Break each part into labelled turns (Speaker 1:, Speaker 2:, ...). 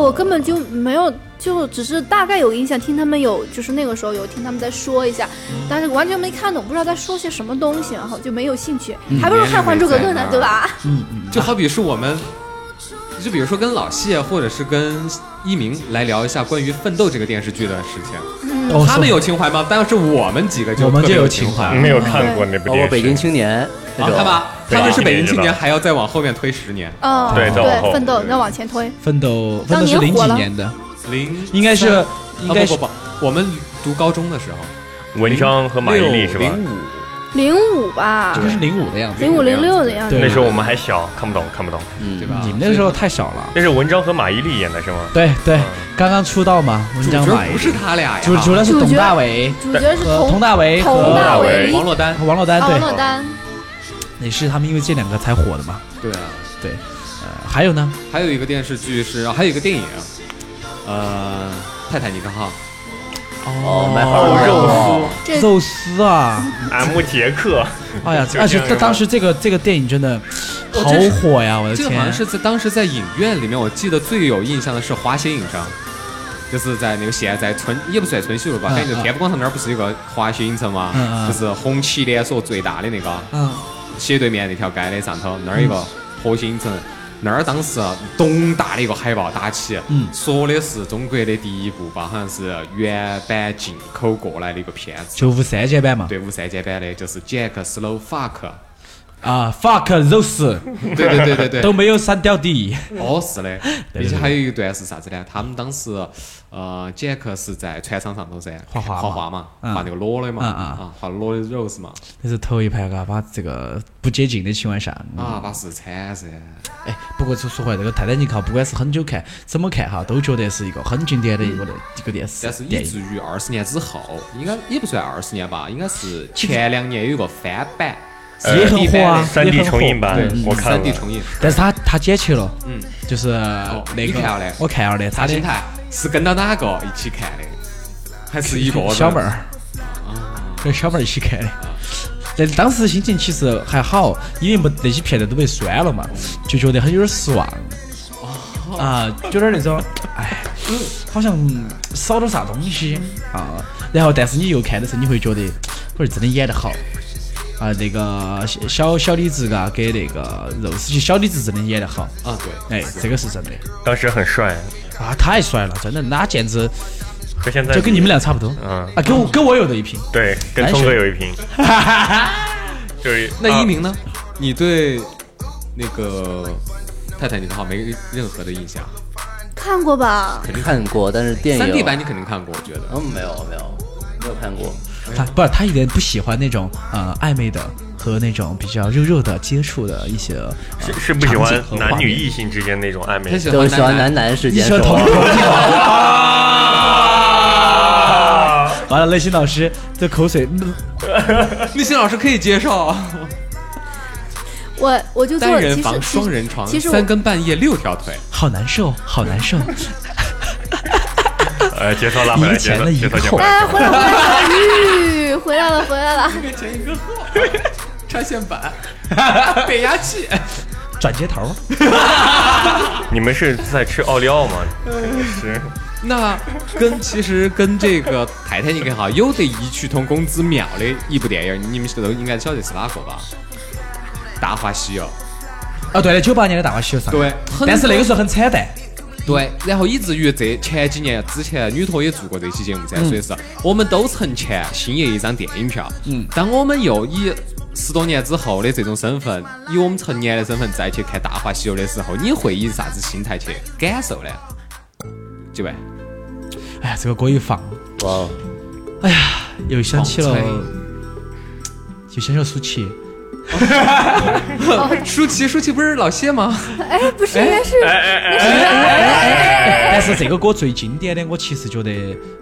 Speaker 1: 我根本就没有，就只是大概有印象，听他们有就是那个时候有听他们在说一下，但是完全没看懂，不知道在说些什么东西，然后就没有兴趣，
Speaker 2: 嗯
Speaker 1: 还不如看《还珠格格》呢，对吧？
Speaker 2: 就好比是我们，就比如说跟老谢或者是跟一鸣来聊一下关于《奋斗》这个电视剧的事情，
Speaker 3: 哦
Speaker 2: 他们有情怀吗？但是我们几个就
Speaker 3: 我们
Speaker 2: 特别
Speaker 3: 就有
Speaker 2: 有
Speaker 3: 情怀
Speaker 2: 怀，
Speaker 4: 没有看过那部
Speaker 5: 包
Speaker 4: 电视，
Speaker 5: 括哦北京青年那
Speaker 2: 啊
Speaker 5: 种，
Speaker 2: 看吧，
Speaker 4: 对
Speaker 2: 他们是北京
Speaker 4: 一年
Speaker 2: 青
Speaker 4: 知
Speaker 2: 年，
Speaker 4: 道
Speaker 2: 还要再往后面推十年，
Speaker 1: 嗯，
Speaker 4: 对再往后
Speaker 1: 奋斗，再往前推，
Speaker 3: 奋斗，奋
Speaker 1: 当
Speaker 3: 斗是
Speaker 1: 年
Speaker 3: 零
Speaker 1: 火
Speaker 3: 几
Speaker 1: 了
Speaker 3: 年的，
Speaker 2: 零
Speaker 3: 应该
Speaker 2: 三
Speaker 3: 是
Speaker 2: 啊
Speaker 3: 应该是
Speaker 2: 不不不，我们读高中的时候，
Speaker 4: 文章和马伊琍
Speaker 2: 06
Speaker 4: 是吧？
Speaker 2: 零五
Speaker 1: 零五吧
Speaker 3: 应，该是嗯零五的样子。
Speaker 1: 零五零六的样子
Speaker 3: 对。
Speaker 4: 那时候我们还小，看不懂，看不懂。
Speaker 5: 嗯，
Speaker 2: 对吧？
Speaker 3: 你们那时候太少了。
Speaker 4: 那是文章和马伊琍演的是吗？
Speaker 3: 对对
Speaker 4: 嗯，
Speaker 3: 刚刚出道嘛，文
Speaker 2: 主
Speaker 3: 章
Speaker 2: 角
Speaker 3: 买
Speaker 2: 不是他俩呀，
Speaker 3: 主主要是董大为
Speaker 1: 主角是
Speaker 3: 和佟
Speaker 1: 佟
Speaker 3: 大为
Speaker 1: 佟
Speaker 3: 和
Speaker 1: 大哦
Speaker 4: 为
Speaker 2: 王珞丹，
Speaker 3: 王珞丹，
Speaker 1: 王珞
Speaker 3: 对，
Speaker 1: 丹，
Speaker 3: 也是他们因为这两个才火的嘛。
Speaker 2: 对啊。
Speaker 3: 对，呃，还有呢，
Speaker 2: 还有一个电视剧是，还有一个电影，呃，《泰坦尼克号》。
Speaker 5: 哦，买花儿肉
Speaker 2: 肉
Speaker 1: 这
Speaker 3: 宙斯啊，
Speaker 4: M 杰克，
Speaker 3: 哎呀，
Speaker 4: 就
Speaker 3: 而
Speaker 4: 这
Speaker 3: 且当
Speaker 4: 样是吧
Speaker 3: 当时这个这个电影真的
Speaker 2: 哦
Speaker 3: 好
Speaker 2: 真是
Speaker 3: 火呀！我的
Speaker 2: 这个好像
Speaker 3: 天，啊
Speaker 2: 是在当时在影院里面，我记得最有印象的是滑雪影上，就是在那个现在春也不算春熙路吧，
Speaker 3: 嗯
Speaker 2: 反正就天府广场那儿不是有个滑雪影城嘛
Speaker 3: 嗯嗯，
Speaker 2: 就是红旗连锁最大的那个
Speaker 3: 嗯，
Speaker 2: 斜对面那条街的上头，那儿有个核心影城。那儿当时咚大的一个海报打起，
Speaker 3: 嗯
Speaker 2: 说的是中国的第一部吧，好像是原版进口过来的一个片子，
Speaker 3: 九五三接版嘛，
Speaker 2: 对，五三接版的就是《Jack Slow Fuck》。
Speaker 3: 啊，fuck 宙斯
Speaker 2: 对对对对
Speaker 3: 都
Speaker 2: 对，
Speaker 3: 没有删掉底，
Speaker 2: 哦是的，
Speaker 3: 嗯对
Speaker 2: 并且还有一段是啥子呢？他们当时，呃，杰克是在船场上头噻，
Speaker 3: 画画嘛
Speaker 2: 画画嘛，
Speaker 3: 嗯
Speaker 2: 画那个裸的嘛，
Speaker 3: 嗯嗯
Speaker 2: 啊，画裸的 Rose 嘛，
Speaker 3: 这是头一排嘎，把这个不接近的情况下，嗯
Speaker 2: 啊，把事惨噻。
Speaker 3: 哎，不过说说回来，这个《泰坦尼克号》，不管是很久看，怎么看哈，都觉得是一个很经典的一个的一个电视
Speaker 2: 但是以
Speaker 3: 电
Speaker 2: 至
Speaker 3: 影。
Speaker 2: 于二十年之后，应该也不算二十年吧，应该是前两年有个翻版，
Speaker 3: 呃也很火啊
Speaker 4: 三 D 重映版
Speaker 2: 对，
Speaker 4: 我看
Speaker 2: 三 D
Speaker 4: 了。
Speaker 2: 重映，
Speaker 3: 但是他他剪去了，
Speaker 2: 嗯，
Speaker 3: 就是呃那
Speaker 2: 你
Speaker 3: 个、
Speaker 2: 看了嘞
Speaker 3: 我看了的，他
Speaker 2: 他
Speaker 3: 的
Speaker 2: 心态是跟到哪个一起看的，还是一个人
Speaker 3: 小妹儿，跟小妹儿一起看的。但当时心情其实还好，因为没那些片段都被删了嘛，就觉得很有点失望。啊，有点那种，哎，好像少点啥东西啊。然后，但是你又看的时候，你会觉得，我真的演得好。啊，那个小小小李子嘎，给那个肉丝，其实小李子真的演得好，
Speaker 2: 啊，对，
Speaker 3: 哎，这个是真的
Speaker 4: 当时很帅，
Speaker 3: 啊，太帅了，真的，那简直
Speaker 4: 和现在
Speaker 3: 就跟你们俩差不多
Speaker 4: 嗯
Speaker 3: 啊，跟我跟我有的一拼。
Speaker 4: 对，跟聪哥有一拼。 就是啊
Speaker 2: 那一
Speaker 4: 鸣
Speaker 2: 鸣呢？啊你对那个泰坦尼克号没任何的印象？
Speaker 1: 看过吧？
Speaker 5: 看过，但是电影
Speaker 2: 三 D 版你肯定看过，我觉 得。
Speaker 5: 嗯没有没有没有看过，
Speaker 3: 他不，他有点不喜欢那种呃暧昧的和那种比较肉肉的接触的一些，呃
Speaker 4: 是是不喜欢
Speaker 3: 场景和
Speaker 4: 男
Speaker 3: 画
Speaker 4: 女
Speaker 3: 面
Speaker 4: 异性之间那种暧昧
Speaker 2: 他。喜
Speaker 5: 就是
Speaker 2: 欢
Speaker 5: 喜欢
Speaker 2: 男
Speaker 5: 男男世
Speaker 3: 你
Speaker 5: 界
Speaker 3: 喜欢同
Speaker 5: 是吧
Speaker 3: 同 性
Speaker 4: 啊
Speaker 3: 完了，雷欣老师这口水，嗯
Speaker 2: 立新老师可以接受，
Speaker 1: 我我就做
Speaker 2: 单人
Speaker 1: 其实
Speaker 2: 房、
Speaker 1: 其实
Speaker 2: 双人床、
Speaker 1: 其实
Speaker 2: 三
Speaker 1: 我
Speaker 2: 更半夜六条腿，
Speaker 3: 好难受，好难受。
Speaker 4: 呃，节操拉回来，
Speaker 3: 一个
Speaker 4: 节
Speaker 3: 前
Speaker 4: 操
Speaker 3: 的
Speaker 4: 节操
Speaker 3: 一个
Speaker 4: 讲
Speaker 3: 后
Speaker 4: 回来。
Speaker 1: 哎，回来回来，吁，回来了回来了。
Speaker 2: 一个前一个后， 插线 板，变压器。
Speaker 3: 转接头，
Speaker 4: 你们是在吃奥利奥吗？
Speaker 3: 嗯
Speaker 4: 是，
Speaker 2: 那跟其实跟这个《泰坦尼克号》有得异曲同工之妙的一部电影，你们都应该晓得是哪个吧？《大话西游》
Speaker 3: 哦，对了，九八年的《大话西游》上，
Speaker 2: 对很
Speaker 3: 但是那个时候很惨淡，
Speaker 2: 对，然后以至于这前几年之前女托也做过这期节目噻，所以是我们都曾欠星爷一张电影票。嗯，当我们又以十多年之后的这种身份，以我们成年的身份再去看《大话西游》的时候，你会以啥子心态去感受呢？几位，
Speaker 3: 哎呀，这个歌一放，
Speaker 5: 哇哦，
Speaker 3: 又想起了
Speaker 2: 好脆，
Speaker 3: 又想起了舒淇，
Speaker 2: 舒淇，舒淇不是老谢吗？
Speaker 1: 哎，不是，应该是
Speaker 4: 哎
Speaker 1: 啊
Speaker 2: 哎
Speaker 3: 但是这个歌最经典的，我其实觉得，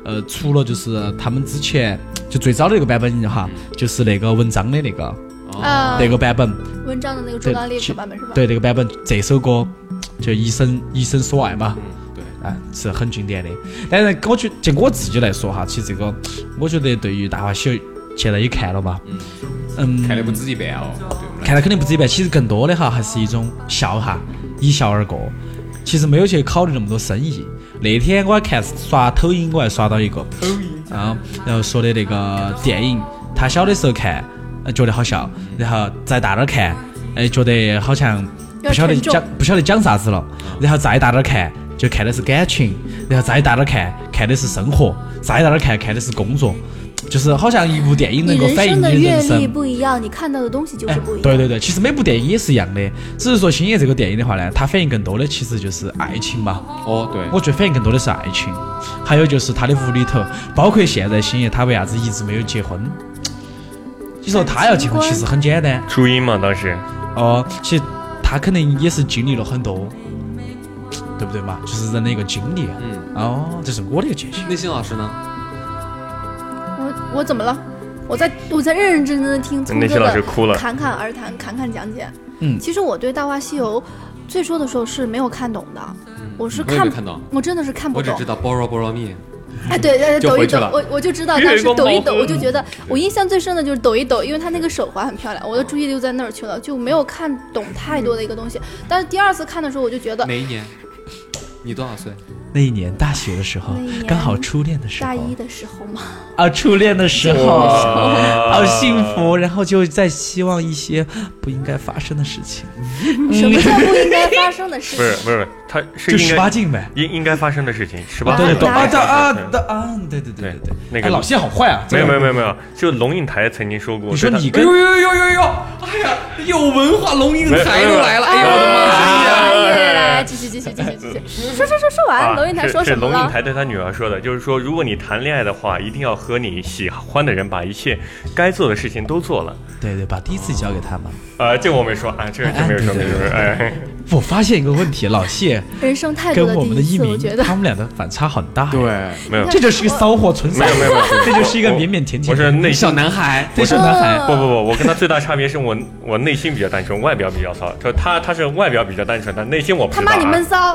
Speaker 3: 呃，除了就是他们之前就最早的那个版本哈，就是那个文章的那个
Speaker 1: 呃
Speaker 3: 那个版本，
Speaker 1: 文章的那个
Speaker 3: 对
Speaker 1: 周大力
Speaker 3: 其
Speaker 1: 版本是吧？
Speaker 3: 对那个版本这首歌就一生一生所爱嘛，
Speaker 2: 对，
Speaker 3: 啊是很经典的。但是我觉就我自己来说哈，其实这个我觉得对于《大话西游》现在也看了嘛，嗯，
Speaker 2: 看的不止一遍哦，对我们来
Speaker 3: 看了肯定不止一遍，其实更多的哈还是一种笑哈，一笑而过。其实没有去考虑那么多生意。那天我还看刷抖音，我还刷到一个抖音啊，然后说的那个电影，他小的时候看，呃觉得好笑，然后再大点儿看，哎，觉得好像不晓得
Speaker 1: 要沉重嗯
Speaker 3: 讲不晓得讲啥子了，然后再大点儿看。就看的是感情，然后再大点儿看，看的是生活；再大点儿看，看的是工作，就是好像一部电影能
Speaker 1: 你
Speaker 3: 够
Speaker 1: 人
Speaker 3: 反映
Speaker 1: 生的
Speaker 3: 你
Speaker 1: 阅
Speaker 3: 人生
Speaker 1: 历。不一样，你看到的东西就
Speaker 3: 哎
Speaker 1: 是不一样。
Speaker 3: 对对对，其实每部电影也是一样的，只是说《星爷》这个电影的话呢，它反映更多的其实就是爱情吧。
Speaker 2: 哦，对，
Speaker 3: 我觉得反映更多的是爱情，还有就是他的屋里头，包括现在星爷他为啥子一直没有结婚？你说他要结婚
Speaker 1: 感情观
Speaker 3: 其实很简单
Speaker 4: 初一嘛，当时
Speaker 3: 哦，其实他肯定也是经历了很多，对不对嘛？就是人的一个经历。
Speaker 2: 嗯，
Speaker 3: 哦，这是我的一个见解。
Speaker 2: 那新老师呢？
Speaker 1: 我我怎么了？我在我在认认真真的听聪
Speaker 4: 那
Speaker 1: 哥
Speaker 4: 些老师
Speaker 1: 的
Speaker 4: 哭了。
Speaker 1: 侃侃而谈、侃侃讲解。
Speaker 3: 嗯
Speaker 1: 其实我对《大话西游》最初的时候是没有看懂的，我是
Speaker 2: 嗯我也
Speaker 1: 看
Speaker 2: 没看到，
Speaker 1: 我真的是看不
Speaker 2: 我只
Speaker 1: 懂
Speaker 2: 知。道 borrow borrow me。
Speaker 1: 哎，对，呃
Speaker 2: 就
Speaker 1: 抖
Speaker 2: 回
Speaker 1: 一
Speaker 2: 去
Speaker 1: 抖
Speaker 2: 了，
Speaker 1: 我我就知道 当时抖一抖，我就觉得我印象最深的就是抖一抖，因为他那个手环很漂亮，我的注意力就在那儿去了，就没有看懂太多的一个
Speaker 2: 嗯
Speaker 1: 东西。但是第二次看的时候，我就觉得
Speaker 2: 哪一年？你多少岁？
Speaker 3: 那一年大学的时候
Speaker 1: 那一，年
Speaker 3: 刚好初恋的时候
Speaker 1: 大，一的时候嘛，
Speaker 3: 啊，初恋的时候，
Speaker 4: 好
Speaker 3: 好呃幸福，然后就在希望一些不应该发生的事情，
Speaker 1: 什么叫不应该发生的
Speaker 4: 不
Speaker 1: 事
Speaker 4: 是
Speaker 1: 情？
Speaker 4: 不是，他
Speaker 3: 就是十
Speaker 4: 应
Speaker 3: 八
Speaker 4: 该
Speaker 3: 禁呗。
Speaker 4: 应应该发生的事情，十八
Speaker 1: 对对对
Speaker 3: 啊
Speaker 1: 啊
Speaker 3: 对
Speaker 1: 对
Speaker 3: 啊
Speaker 4: 对
Speaker 3: 对啊，对对对对
Speaker 4: 对对
Speaker 3: 对
Speaker 4: 对，那个
Speaker 3: 哎老谢好坏啊，
Speaker 4: 没有没有没
Speaker 3: 有，
Speaker 4: 有没有，就龙应台曾经说过，
Speaker 3: 你说
Speaker 4: 对他
Speaker 3: 你
Speaker 2: 哎
Speaker 3: 跟
Speaker 2: 呦呦呦呦呦！哎呀，有文化，龙应台都来了！ 哎呦我的妈呀！
Speaker 1: 哎呀，来来来，继续继续继续继续，说说说说完，
Speaker 4: 啊，
Speaker 1: 龙应台说
Speaker 4: 是是
Speaker 1: 什么
Speaker 4: 龙应
Speaker 1: 了？
Speaker 4: 台对他女儿说的，就是说，如果你谈恋爱的话，一定要和你喜欢的人把一切该做的事情都做了。
Speaker 3: 对对，把第一次交给他嘛。
Speaker 4: 啊，这我没说啊，这个就没有说，没有说，哎，
Speaker 3: 我发现一个问题，老谢
Speaker 1: 人生太多
Speaker 3: 跟我们的
Speaker 1: 第一
Speaker 3: 一
Speaker 1: 次，我
Speaker 3: 鸣
Speaker 1: 觉，得
Speaker 3: 他们俩的反差很大。，
Speaker 2: 对，
Speaker 4: 没有，
Speaker 3: 这就是一个骚货纯
Speaker 4: 没
Speaker 3: 骚
Speaker 4: 有，哎没有，没有，
Speaker 3: 这就是一个
Speaker 4: 我
Speaker 3: 腼腆腆腆
Speaker 4: 我是
Speaker 3: 的，
Speaker 4: 内
Speaker 2: 小
Speaker 4: 心，
Speaker 2: 男孩，
Speaker 3: 这是男孩。
Speaker 4: 不不不，我跟他最大差别是我我内心比较单纯，外表比较骚。就他他是外表比较单纯，但内心我不
Speaker 1: 他
Speaker 4: 知道
Speaker 1: 骂你闷
Speaker 4: 啊。
Speaker 1: 骚，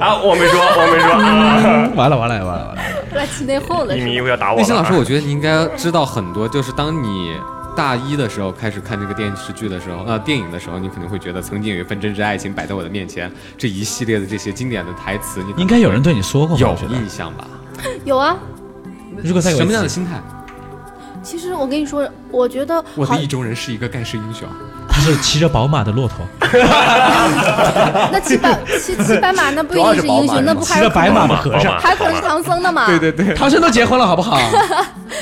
Speaker 4: 啊，我没说，我没说啊，
Speaker 3: 嗯完了完了完了完了！
Speaker 1: 来起内讧了
Speaker 4: 一
Speaker 1: 是
Speaker 4: 鸣一
Speaker 1: 吧？
Speaker 4: 会要打我
Speaker 2: 那
Speaker 4: 了啊。
Speaker 2: 新老师，我觉得你应该知道很多，就是当你大一的时候开始看这个电视剧的时候，呃，电影的时候，你可能会觉得曾经有一份真挚爱情摆在我的面前，这一系列的这些经典的台词，你可能
Speaker 3: 应该有人对你说过吧，
Speaker 2: 有
Speaker 3: 我觉得
Speaker 2: 印象吧？
Speaker 1: 有啊，
Speaker 3: 如果再有一
Speaker 2: 什么样的
Speaker 3: 次
Speaker 2: 心态？
Speaker 1: 其实我跟你说，我觉得
Speaker 2: 我
Speaker 1: 好
Speaker 2: 的意中人是一个盖世英雄。
Speaker 3: 他是骑着宝马的骆驼，
Speaker 1: 那骑白骑骑白马那不一定是英雄，那不还
Speaker 3: 骑
Speaker 1: 有
Speaker 3: 着
Speaker 1: 可
Speaker 3: 白
Speaker 1: 能
Speaker 3: 马的和尚，
Speaker 4: 宝马
Speaker 1: 还可能是唐僧的嘛？
Speaker 2: 对对，
Speaker 3: 唐僧都结婚了，好不好？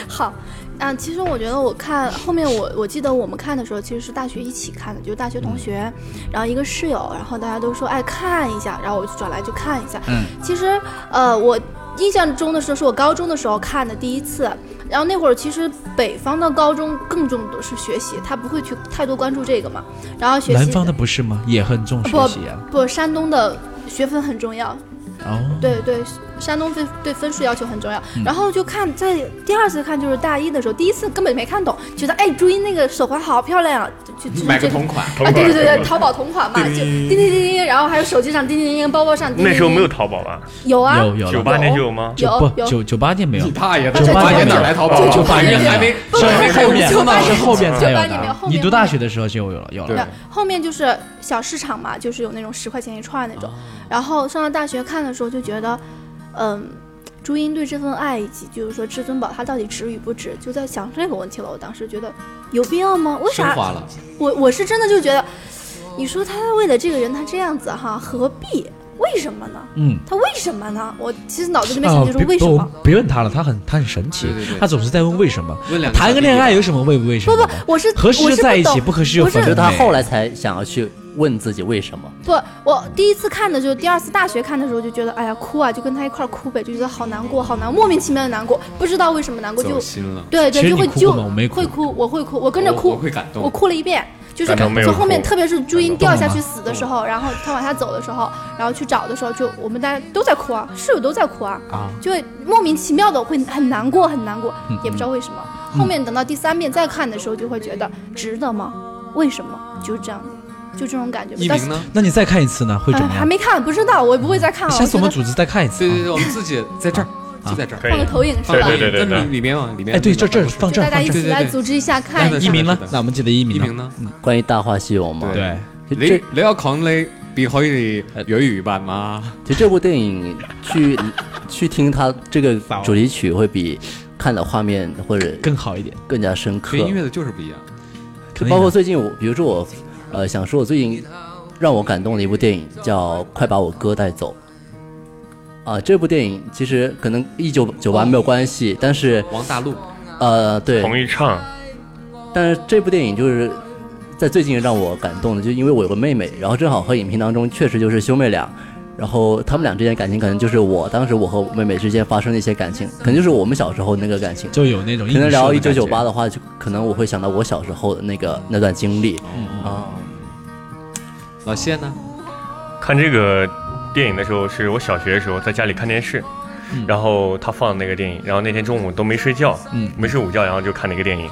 Speaker 1: 好，啊，其实我觉得我看后面我我记得我们看的时候，其实是大学一起看的，就是大学
Speaker 3: 嗯
Speaker 1: 同学，然后一个室友，然后大家都说哎看一下，然后我就转来就看一下。
Speaker 3: 嗯，
Speaker 1: 其实呃我印象中的时候是我高中的时候看的第一次。然后那会儿其实北方的高中更重的是学习，他不会去太多关注这个嘛。然后学习
Speaker 3: 南方的不是吗？也很重学习啊。
Speaker 1: 不，山东的学分很重要，
Speaker 3: 哦，
Speaker 1: 对对，山东分对分数要求很重要。然后就看在第二次看就是大一的时候，第一次根本没看懂，觉得哎，朱茵那个手环好漂亮啊，就就
Speaker 2: 买个同。款。
Speaker 1: 就啊，对对对对，淘宝同款嘛，就叮叮叮叮，然后还有手机上叮叮叮叮，包包上叮叮叮。
Speaker 4: 那时候没有淘宝吧？
Speaker 1: 有啊，
Speaker 3: 有有
Speaker 4: 九
Speaker 3: 了，
Speaker 4: 八年就有吗？
Speaker 3: 九
Speaker 1: 有
Speaker 3: 不
Speaker 1: 有
Speaker 3: 九九八年没有
Speaker 2: 你，大爷的！
Speaker 1: 九八
Speaker 2: 年
Speaker 1: 年
Speaker 2: 哪来淘宝？
Speaker 1: 九
Speaker 2: 八
Speaker 1: 八
Speaker 2: 年
Speaker 1: 年
Speaker 2: 还没
Speaker 1: 不不
Speaker 2: 还没
Speaker 1: 不
Speaker 2: 开
Speaker 1: 不
Speaker 2: 始
Speaker 1: 九
Speaker 2: 呢
Speaker 1: 八
Speaker 3: 是
Speaker 1: 年
Speaker 3: 后面才
Speaker 1: 九
Speaker 3: 有
Speaker 1: 八年没有
Speaker 3: 的啊
Speaker 1: 后。面
Speaker 3: 你读大学的时候就有了，有了。
Speaker 1: 然后后面就是小市场嘛，就是有那种十块钱一串那种。
Speaker 2: 哦
Speaker 1: 然后上了大学看的时候就觉得，嗯，朱茵对这份爱以及就是说至尊宝它到底值与不值，就在想这个问题了。我当时觉得有必要吗？为
Speaker 2: 升
Speaker 1: 啥？
Speaker 2: 华了。
Speaker 1: 我我是真的就觉得，你说他为了这个人他这样子哈，何必？为什么呢？
Speaker 3: 嗯，
Speaker 1: 他为什么呢？我其实脑子里面
Speaker 3: 啊，
Speaker 1: 想
Speaker 3: 别
Speaker 1: 的就是为什么？
Speaker 3: 不别问他了，他很他很神奇
Speaker 2: 对对对，
Speaker 3: 他总是在问为什么
Speaker 2: 问两。个
Speaker 3: 谈个恋爱有什么为不为什
Speaker 1: 不
Speaker 3: 么的？
Speaker 1: 不，我是
Speaker 3: 合适
Speaker 1: 我
Speaker 3: 就是在一起，
Speaker 1: 懂
Speaker 3: 不合适就
Speaker 1: 不是
Speaker 3: 分
Speaker 1: 我
Speaker 5: 就
Speaker 1: 觉
Speaker 3: 呗。
Speaker 5: 是他后来才想要去问自己为什么。
Speaker 1: 不，我第一次看的时候，第二次大学看的时候就觉得，哎呀，哭啊，就跟他一块儿哭呗，就觉得好难过，好难，莫名其妙的难过，不知道为什么难过，
Speaker 2: 走
Speaker 1: 就
Speaker 2: 心了。
Speaker 1: 对
Speaker 3: 其
Speaker 1: 对，
Speaker 3: 实
Speaker 1: 就
Speaker 3: 你
Speaker 1: 会
Speaker 3: 哭
Speaker 1: 就
Speaker 3: 过吗我没哭
Speaker 1: 会哭，我会哭，我跟着
Speaker 2: 我
Speaker 1: 哭，
Speaker 2: 我会感动
Speaker 1: 我哭了一遍，就是
Speaker 4: 感动没有
Speaker 1: 从后面，
Speaker 4: 哭
Speaker 1: 特别是朱茵
Speaker 3: 动
Speaker 4: 感
Speaker 1: 掉下
Speaker 3: 吗
Speaker 1: 去死的时候，然后他往下走的时候，然后去找的时候，就我们大家都在哭啊，室友都在哭啊，
Speaker 3: 啊，
Speaker 1: 就会莫名其妙的会很难过，很难过，
Speaker 4: 嗯
Speaker 1: 也不知道为什么。后面等到第三遍再看的时候，就会觉得值得吗？为什么？就是这样子，就这种感觉。
Speaker 2: 一
Speaker 1: 但是
Speaker 2: 鸣呢？
Speaker 3: 那你再看一次呢，会怎
Speaker 1: 哎，
Speaker 3: 么
Speaker 1: 还
Speaker 3: 样？
Speaker 1: 没看，不知道，我不会再看了。
Speaker 3: 下次我
Speaker 1: 我
Speaker 3: 们
Speaker 1: 觉
Speaker 3: 组织再看一次
Speaker 2: 对对
Speaker 3: 啊。
Speaker 2: 对，我们自己在这儿，就在这儿。
Speaker 4: 可
Speaker 1: 得放
Speaker 4: 以
Speaker 1: 个，投影是
Speaker 2: 放
Speaker 1: 吧
Speaker 4: 对？对对对
Speaker 2: 里里面往里面。
Speaker 3: 哎，对，这这放
Speaker 1: 就
Speaker 3: 这儿
Speaker 1: 大家
Speaker 3: 放
Speaker 1: 一
Speaker 3: 这
Speaker 2: 对
Speaker 3: 儿。
Speaker 1: 起
Speaker 2: 对
Speaker 1: 来
Speaker 2: 对
Speaker 1: 组织一下看
Speaker 2: 对
Speaker 1: 一
Speaker 2: 对
Speaker 1: 下
Speaker 3: 一。鸣啊
Speaker 2: 是
Speaker 3: 呢
Speaker 2: 的是的？
Speaker 3: 那我们记得一
Speaker 2: 一
Speaker 3: 鸣
Speaker 2: 鸣
Speaker 3: 呢？
Speaker 2: 呢？
Speaker 5: 关于《大话西游》嘛，
Speaker 2: 对
Speaker 3: 对，
Speaker 5: 就
Speaker 2: 雷
Speaker 5: 这
Speaker 2: 雷奥康勒必可以粤语版吗？
Speaker 5: 其实这部电影去去听它这个主题曲，会比看的画面或者
Speaker 3: 更好一点，
Speaker 5: 更加深刻
Speaker 2: 学。音乐的就是不一样。
Speaker 5: 就包括最近我，比如说我，呃，想说我最近让我感动的一部电影叫《快把我哥带走》。啊，这部电影其实可能一九九八没有关系，但是
Speaker 2: 王大陆，
Speaker 5: 呃，对，
Speaker 4: 彭昱畅，
Speaker 5: 但是这部电影就是在最近让我感动的，就因为我有个妹妹，然后正好和影评当中确实就是兄妹俩，然后他们俩之间感情可能就是我当时我和我妹妹之间发生的一些感情，可能就是我们小时候那个感情。
Speaker 3: 就有那种
Speaker 5: 可能聊一
Speaker 3: 硬
Speaker 5: 九
Speaker 3: 说的
Speaker 5: 九
Speaker 3: 感觉
Speaker 5: 八的话，就可能我会想到我小时候的那个那段经历啊。
Speaker 2: 老谢呢？
Speaker 4: 看这个电影的时候，是我小学的时候在家里看电视，然后他放那个电影，然后那天中午都没睡觉，
Speaker 3: 嗯
Speaker 4: 没睡午觉，然后就看那个电影。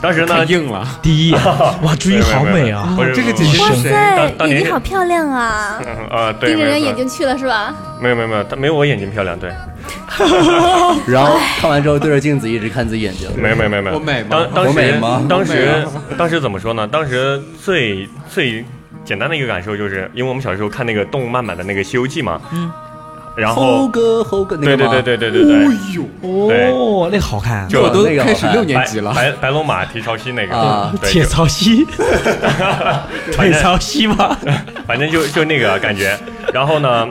Speaker 4: 当时
Speaker 2: 太
Speaker 4: 呢，
Speaker 2: 硬了，
Speaker 3: 第一眼，哇，朱茵好美啊！
Speaker 4: 不是
Speaker 2: 这个
Speaker 4: 不是
Speaker 2: 姐姐
Speaker 4: 不
Speaker 1: 哇
Speaker 4: 是
Speaker 2: 是谁？
Speaker 1: 塞
Speaker 4: 当，当
Speaker 1: 眼
Speaker 4: 年
Speaker 1: 睛好漂亮啊！
Speaker 4: 嗯啊，对，
Speaker 1: 盯着人
Speaker 4: 没有
Speaker 1: 眼睛去了是吧？
Speaker 4: 没有没有没有，他没有我眼睛漂亮，对，
Speaker 5: 然后看完之后对着镜子一直看自己眼睛，
Speaker 4: 没有没有没有没有，
Speaker 2: 我美吗
Speaker 4: 当当
Speaker 5: 我美
Speaker 4: 时
Speaker 5: 吗
Speaker 4: 当
Speaker 2: 我美
Speaker 4: 时当时怎么说呢？当时最最简单的一个感受就是，因为我们小时候看那个动漫版的那个《西游记》嘛，嗯，然
Speaker 5: 猴
Speaker 4: 后
Speaker 5: 哥猴哥那
Speaker 4: 对
Speaker 5: 个
Speaker 4: 对
Speaker 5: 哎吗
Speaker 4: 对对对对对， 对
Speaker 3: 哦，那个好看，
Speaker 4: 就
Speaker 2: 我都
Speaker 5: 那个好
Speaker 2: 开始
Speaker 5: 看
Speaker 2: 六年
Speaker 4: 白
Speaker 2: 级了，
Speaker 4: 白白龙马提潮汐那个
Speaker 5: 啊
Speaker 4: 对
Speaker 3: 铁
Speaker 4: 就
Speaker 3: 潮汐， 铁潮汐吗？
Speaker 4: 反正就就那个感觉。然后呢，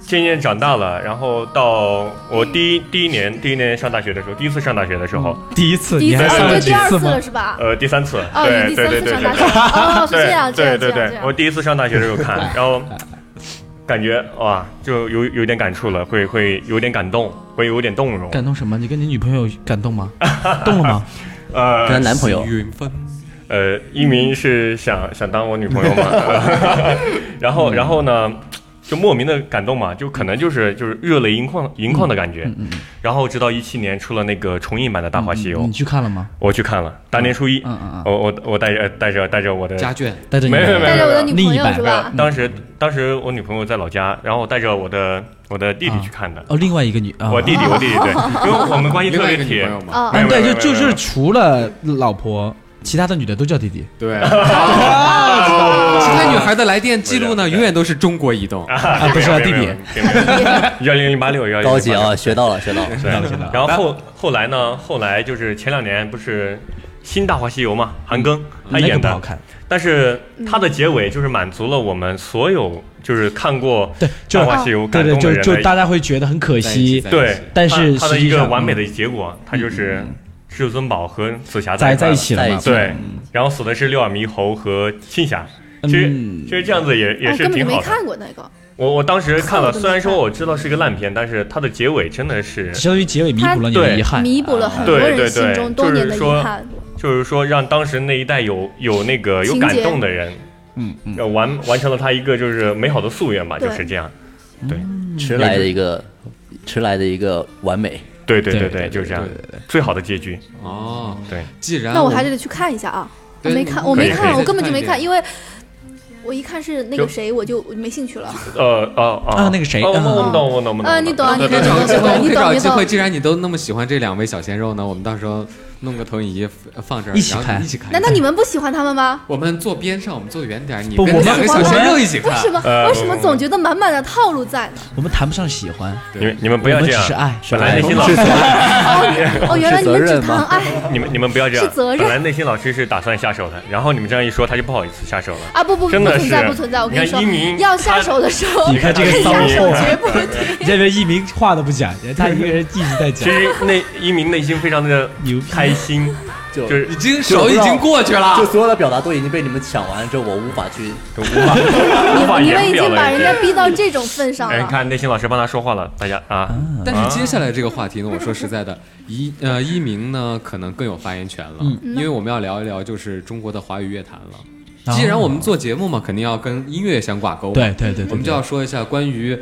Speaker 4: 渐渐长大了，然后到我第一第一年第一年上大学的时候，第一次上大学的时候，
Speaker 3: 第一次
Speaker 1: 第一
Speaker 3: 你
Speaker 1: 次，
Speaker 3: 还
Speaker 1: 哦，
Speaker 3: 上
Speaker 1: 这
Speaker 3: 了
Speaker 1: 是
Speaker 3: 几
Speaker 1: 第二次
Speaker 3: 次吗
Speaker 1: 了？是吧？
Speaker 4: 呃，第三次，
Speaker 1: 哦，
Speaker 4: 对
Speaker 1: 你第
Speaker 4: 对
Speaker 1: 三
Speaker 4: 对
Speaker 1: 次
Speaker 4: 对
Speaker 1: 上
Speaker 4: 对
Speaker 1: 大。学，哦，是这样，这
Speaker 4: 对
Speaker 1: 样，
Speaker 4: 对
Speaker 1: 这
Speaker 4: 对
Speaker 1: 样，这，
Speaker 4: 我
Speaker 1: 样。
Speaker 4: 第一次上大学的时候看，然后感觉哇，就有有点感触了，会会有点感动，会有点动容。
Speaker 3: 感动什么？你跟你女朋友感动 吗？动了吗？
Speaker 5: 跟她
Speaker 4: 呃
Speaker 5: 男朋友
Speaker 2: 云分
Speaker 4: 呃，一鸣是想想当我女朋友嘛，
Speaker 3: 嗯
Speaker 4: 然后然后呢，就莫名的感动嘛，就可能就是就是热泪盈眶盈眶的感
Speaker 3: 嗯
Speaker 4: 觉。然后直到一七年出了那个重映版的《大话西游
Speaker 3: 你》，去看了吗？
Speaker 4: 我去看了，大年初哦一，
Speaker 3: 嗯嗯嗯
Speaker 4: 我我我带着带着带着我的
Speaker 2: 家眷，
Speaker 3: 带着你
Speaker 4: 没有没有没
Speaker 1: 带
Speaker 4: 有
Speaker 1: 着我的女朋
Speaker 3: 另一
Speaker 1: 友
Speaker 3: 半
Speaker 1: 是
Speaker 4: 没有
Speaker 1: 吧？
Speaker 4: 当时当时我女朋友在老家，然后我带着我的我的弟弟去看的。
Speaker 3: 哦，另外一个女啊，
Speaker 4: 我弟弟，我弟弟对， 因为我们关系
Speaker 2: 另
Speaker 4: 特
Speaker 2: 外一
Speaker 4: 别
Speaker 2: 个女
Speaker 4: 铁啊
Speaker 2: 朋。友嘛，
Speaker 1: 哦，
Speaker 4: 没有
Speaker 3: 嗯，对，
Speaker 4: 没
Speaker 3: 就
Speaker 4: 有
Speaker 3: 就
Speaker 4: 没有
Speaker 3: 是除了老婆，其他的女的都叫弟弟。
Speaker 2: 对。其他女孩的来电记录呢，永远都是中国移动。
Speaker 4: 啊
Speaker 3: 不是啊弟弟，
Speaker 4: 幺零零八六幺
Speaker 5: 高级啊，学到了学到了。
Speaker 4: 对
Speaker 3: 了解了，
Speaker 4: 然后后后来呢？后来就是前两年不是新《大话西游》嘛，韩庚他
Speaker 3: 嗯那个
Speaker 4: 演
Speaker 3: 不
Speaker 4: 的，
Speaker 3: 好看，
Speaker 4: 但是他的结尾就是满足了我们所有就是看过
Speaker 3: 对，
Speaker 4: 《大
Speaker 3: 就
Speaker 4: 话西游》
Speaker 3: 对
Speaker 4: 啊感
Speaker 3: 对，
Speaker 4: 动的
Speaker 3: 就
Speaker 4: 人
Speaker 3: 就
Speaker 4: 的
Speaker 3: 大家会觉得很可
Speaker 2: 在一起
Speaker 3: 惜
Speaker 2: 在，
Speaker 4: 对，
Speaker 3: 但是
Speaker 4: 他他的
Speaker 3: 实际
Speaker 4: 一个
Speaker 3: 上嗯
Speaker 4: 完美的结果，他就是至尊宝和紫霞
Speaker 3: 在
Speaker 4: 在
Speaker 3: 在一起了嘛？
Speaker 5: 在一起
Speaker 4: 对，然后死的是六耳猕猴和青霞。
Speaker 3: 嗯
Speaker 4: 其实其实这样子也也
Speaker 1: 我
Speaker 4: 是
Speaker 1: 哦根本
Speaker 4: 挺
Speaker 1: 就没
Speaker 4: 好的。
Speaker 1: 看过那个，
Speaker 4: 我我当时看了，
Speaker 1: 我都没
Speaker 4: 虽然说
Speaker 1: 看
Speaker 4: 我知道是一个烂片，但是它的结尾真的是，
Speaker 3: 相当于结尾弥补了你
Speaker 4: 他
Speaker 3: 的遗憾，
Speaker 1: 弥补了很多
Speaker 4: 对对
Speaker 1: 人心
Speaker 4: 对
Speaker 1: 中多
Speaker 4: 就是
Speaker 1: 年的遗
Speaker 4: 说
Speaker 1: 憾。
Speaker 4: 就是说让当时那一代有有那个有
Speaker 1: 情
Speaker 4: 感
Speaker 1: 节
Speaker 4: 动的人，
Speaker 3: 嗯嗯，
Speaker 4: 呃完完成了他一个就是美好的夙愿吧，就
Speaker 1: 对
Speaker 4: 是这样。
Speaker 3: 嗯
Speaker 5: 迟来的一个，迟来的一个完美。
Speaker 4: 对对对
Speaker 3: 对对
Speaker 4: 就是这样
Speaker 3: 对对，嗯
Speaker 4: 最好的结局。
Speaker 2: 哦，
Speaker 4: 对，
Speaker 2: 既然
Speaker 1: 那我还是得去看一下啊，我
Speaker 2: 对
Speaker 1: 没
Speaker 2: 你
Speaker 1: 看，
Speaker 2: 可
Speaker 1: 我
Speaker 4: 以
Speaker 1: 没
Speaker 4: 可以
Speaker 1: 看，
Speaker 2: 再
Speaker 1: 我根本就
Speaker 2: 看
Speaker 1: 没
Speaker 2: 一
Speaker 1: 看，
Speaker 2: 遍
Speaker 1: 因为我一看是那
Speaker 4: 就
Speaker 1: 个谁，我就我就没兴趣了。
Speaker 4: 呃哦哦
Speaker 3: 啊那个谁
Speaker 4: 哦我
Speaker 3: 嗯
Speaker 4: 我们懂我们懂我们懂。
Speaker 1: 啊
Speaker 4: 我们
Speaker 1: 你懂啊
Speaker 4: 对
Speaker 1: 你
Speaker 4: 对
Speaker 2: 可以
Speaker 1: 懂
Speaker 2: 找
Speaker 4: 对
Speaker 2: 个机会，我们可以找个
Speaker 1: 你
Speaker 2: 机
Speaker 1: 懂你
Speaker 2: 会。
Speaker 1: 懂
Speaker 2: 既然你都那么喜欢这两位小鲜肉呢，我们到时候弄个投影仪放这儿，
Speaker 3: 一起
Speaker 2: 然后
Speaker 3: 看
Speaker 2: 一起看。
Speaker 1: 难道你们不喜欢他们吗？
Speaker 2: 我们坐边上，我们坐远点儿，你
Speaker 3: 不
Speaker 2: 跟
Speaker 3: 我们
Speaker 2: 两个小鲜肉一起
Speaker 1: 为
Speaker 2: 看
Speaker 1: 什。么
Speaker 4: 呃
Speaker 1: 为什么总觉得满满的套路在呢？
Speaker 3: 我们谈不上喜欢，
Speaker 4: 你们你们不要
Speaker 3: 我们
Speaker 4: 这
Speaker 3: 只
Speaker 4: 样，
Speaker 3: 是爱
Speaker 4: 本来内心老
Speaker 5: 是
Speaker 4: 师，
Speaker 1: 哦，原来你们
Speaker 5: 责
Speaker 1: 只
Speaker 5: 任吗
Speaker 1: 谈爱
Speaker 4: 你们你们不要这样
Speaker 1: 是责，任
Speaker 4: 本来内心老师是打算下手的，然后你们这样一说，他就不好意思下手了。
Speaker 1: 啊！不不不，
Speaker 4: 真的
Speaker 1: 不存在
Speaker 4: 是
Speaker 1: 不存在，我
Speaker 4: 你
Speaker 1: 跟你
Speaker 4: 看
Speaker 1: 说
Speaker 4: 一鸣，
Speaker 1: 要下手的时候，
Speaker 3: 你看这个
Speaker 1: 下
Speaker 3: 骚
Speaker 1: 手
Speaker 3: 货
Speaker 1: 绝不停。
Speaker 3: 这边一鸣话都不讲，他一个人一直在
Speaker 4: 其
Speaker 3: 讲，
Speaker 4: 实内一鸣内心非常的
Speaker 3: 牛逼
Speaker 4: 开 心，
Speaker 5: 就
Speaker 4: 就是
Speaker 2: 已经手已经过去
Speaker 4: 啊
Speaker 5: 就
Speaker 2: 了，
Speaker 5: 所有的表达都已经被你们抢完之后，我无法去。
Speaker 4: 无法无法
Speaker 1: 你们
Speaker 4: 言
Speaker 1: 已
Speaker 4: 表
Speaker 1: 经
Speaker 4: 了。
Speaker 1: 把人家逼到这种份上
Speaker 4: 哎，你
Speaker 1: 了，
Speaker 4: 看内心老师帮他说话了，大家啊，
Speaker 2: 但是接下来这个话题呢，我说实在的，一呃一鸣呢可能更有发言权了，
Speaker 3: 嗯
Speaker 2: 因为我们要聊一聊就是中国的华语乐坛了。既然我们做节目嘛，肯定要跟音乐相挂钩嘛。
Speaker 3: 嗯哦对对对对，
Speaker 2: 我们就要说一下关于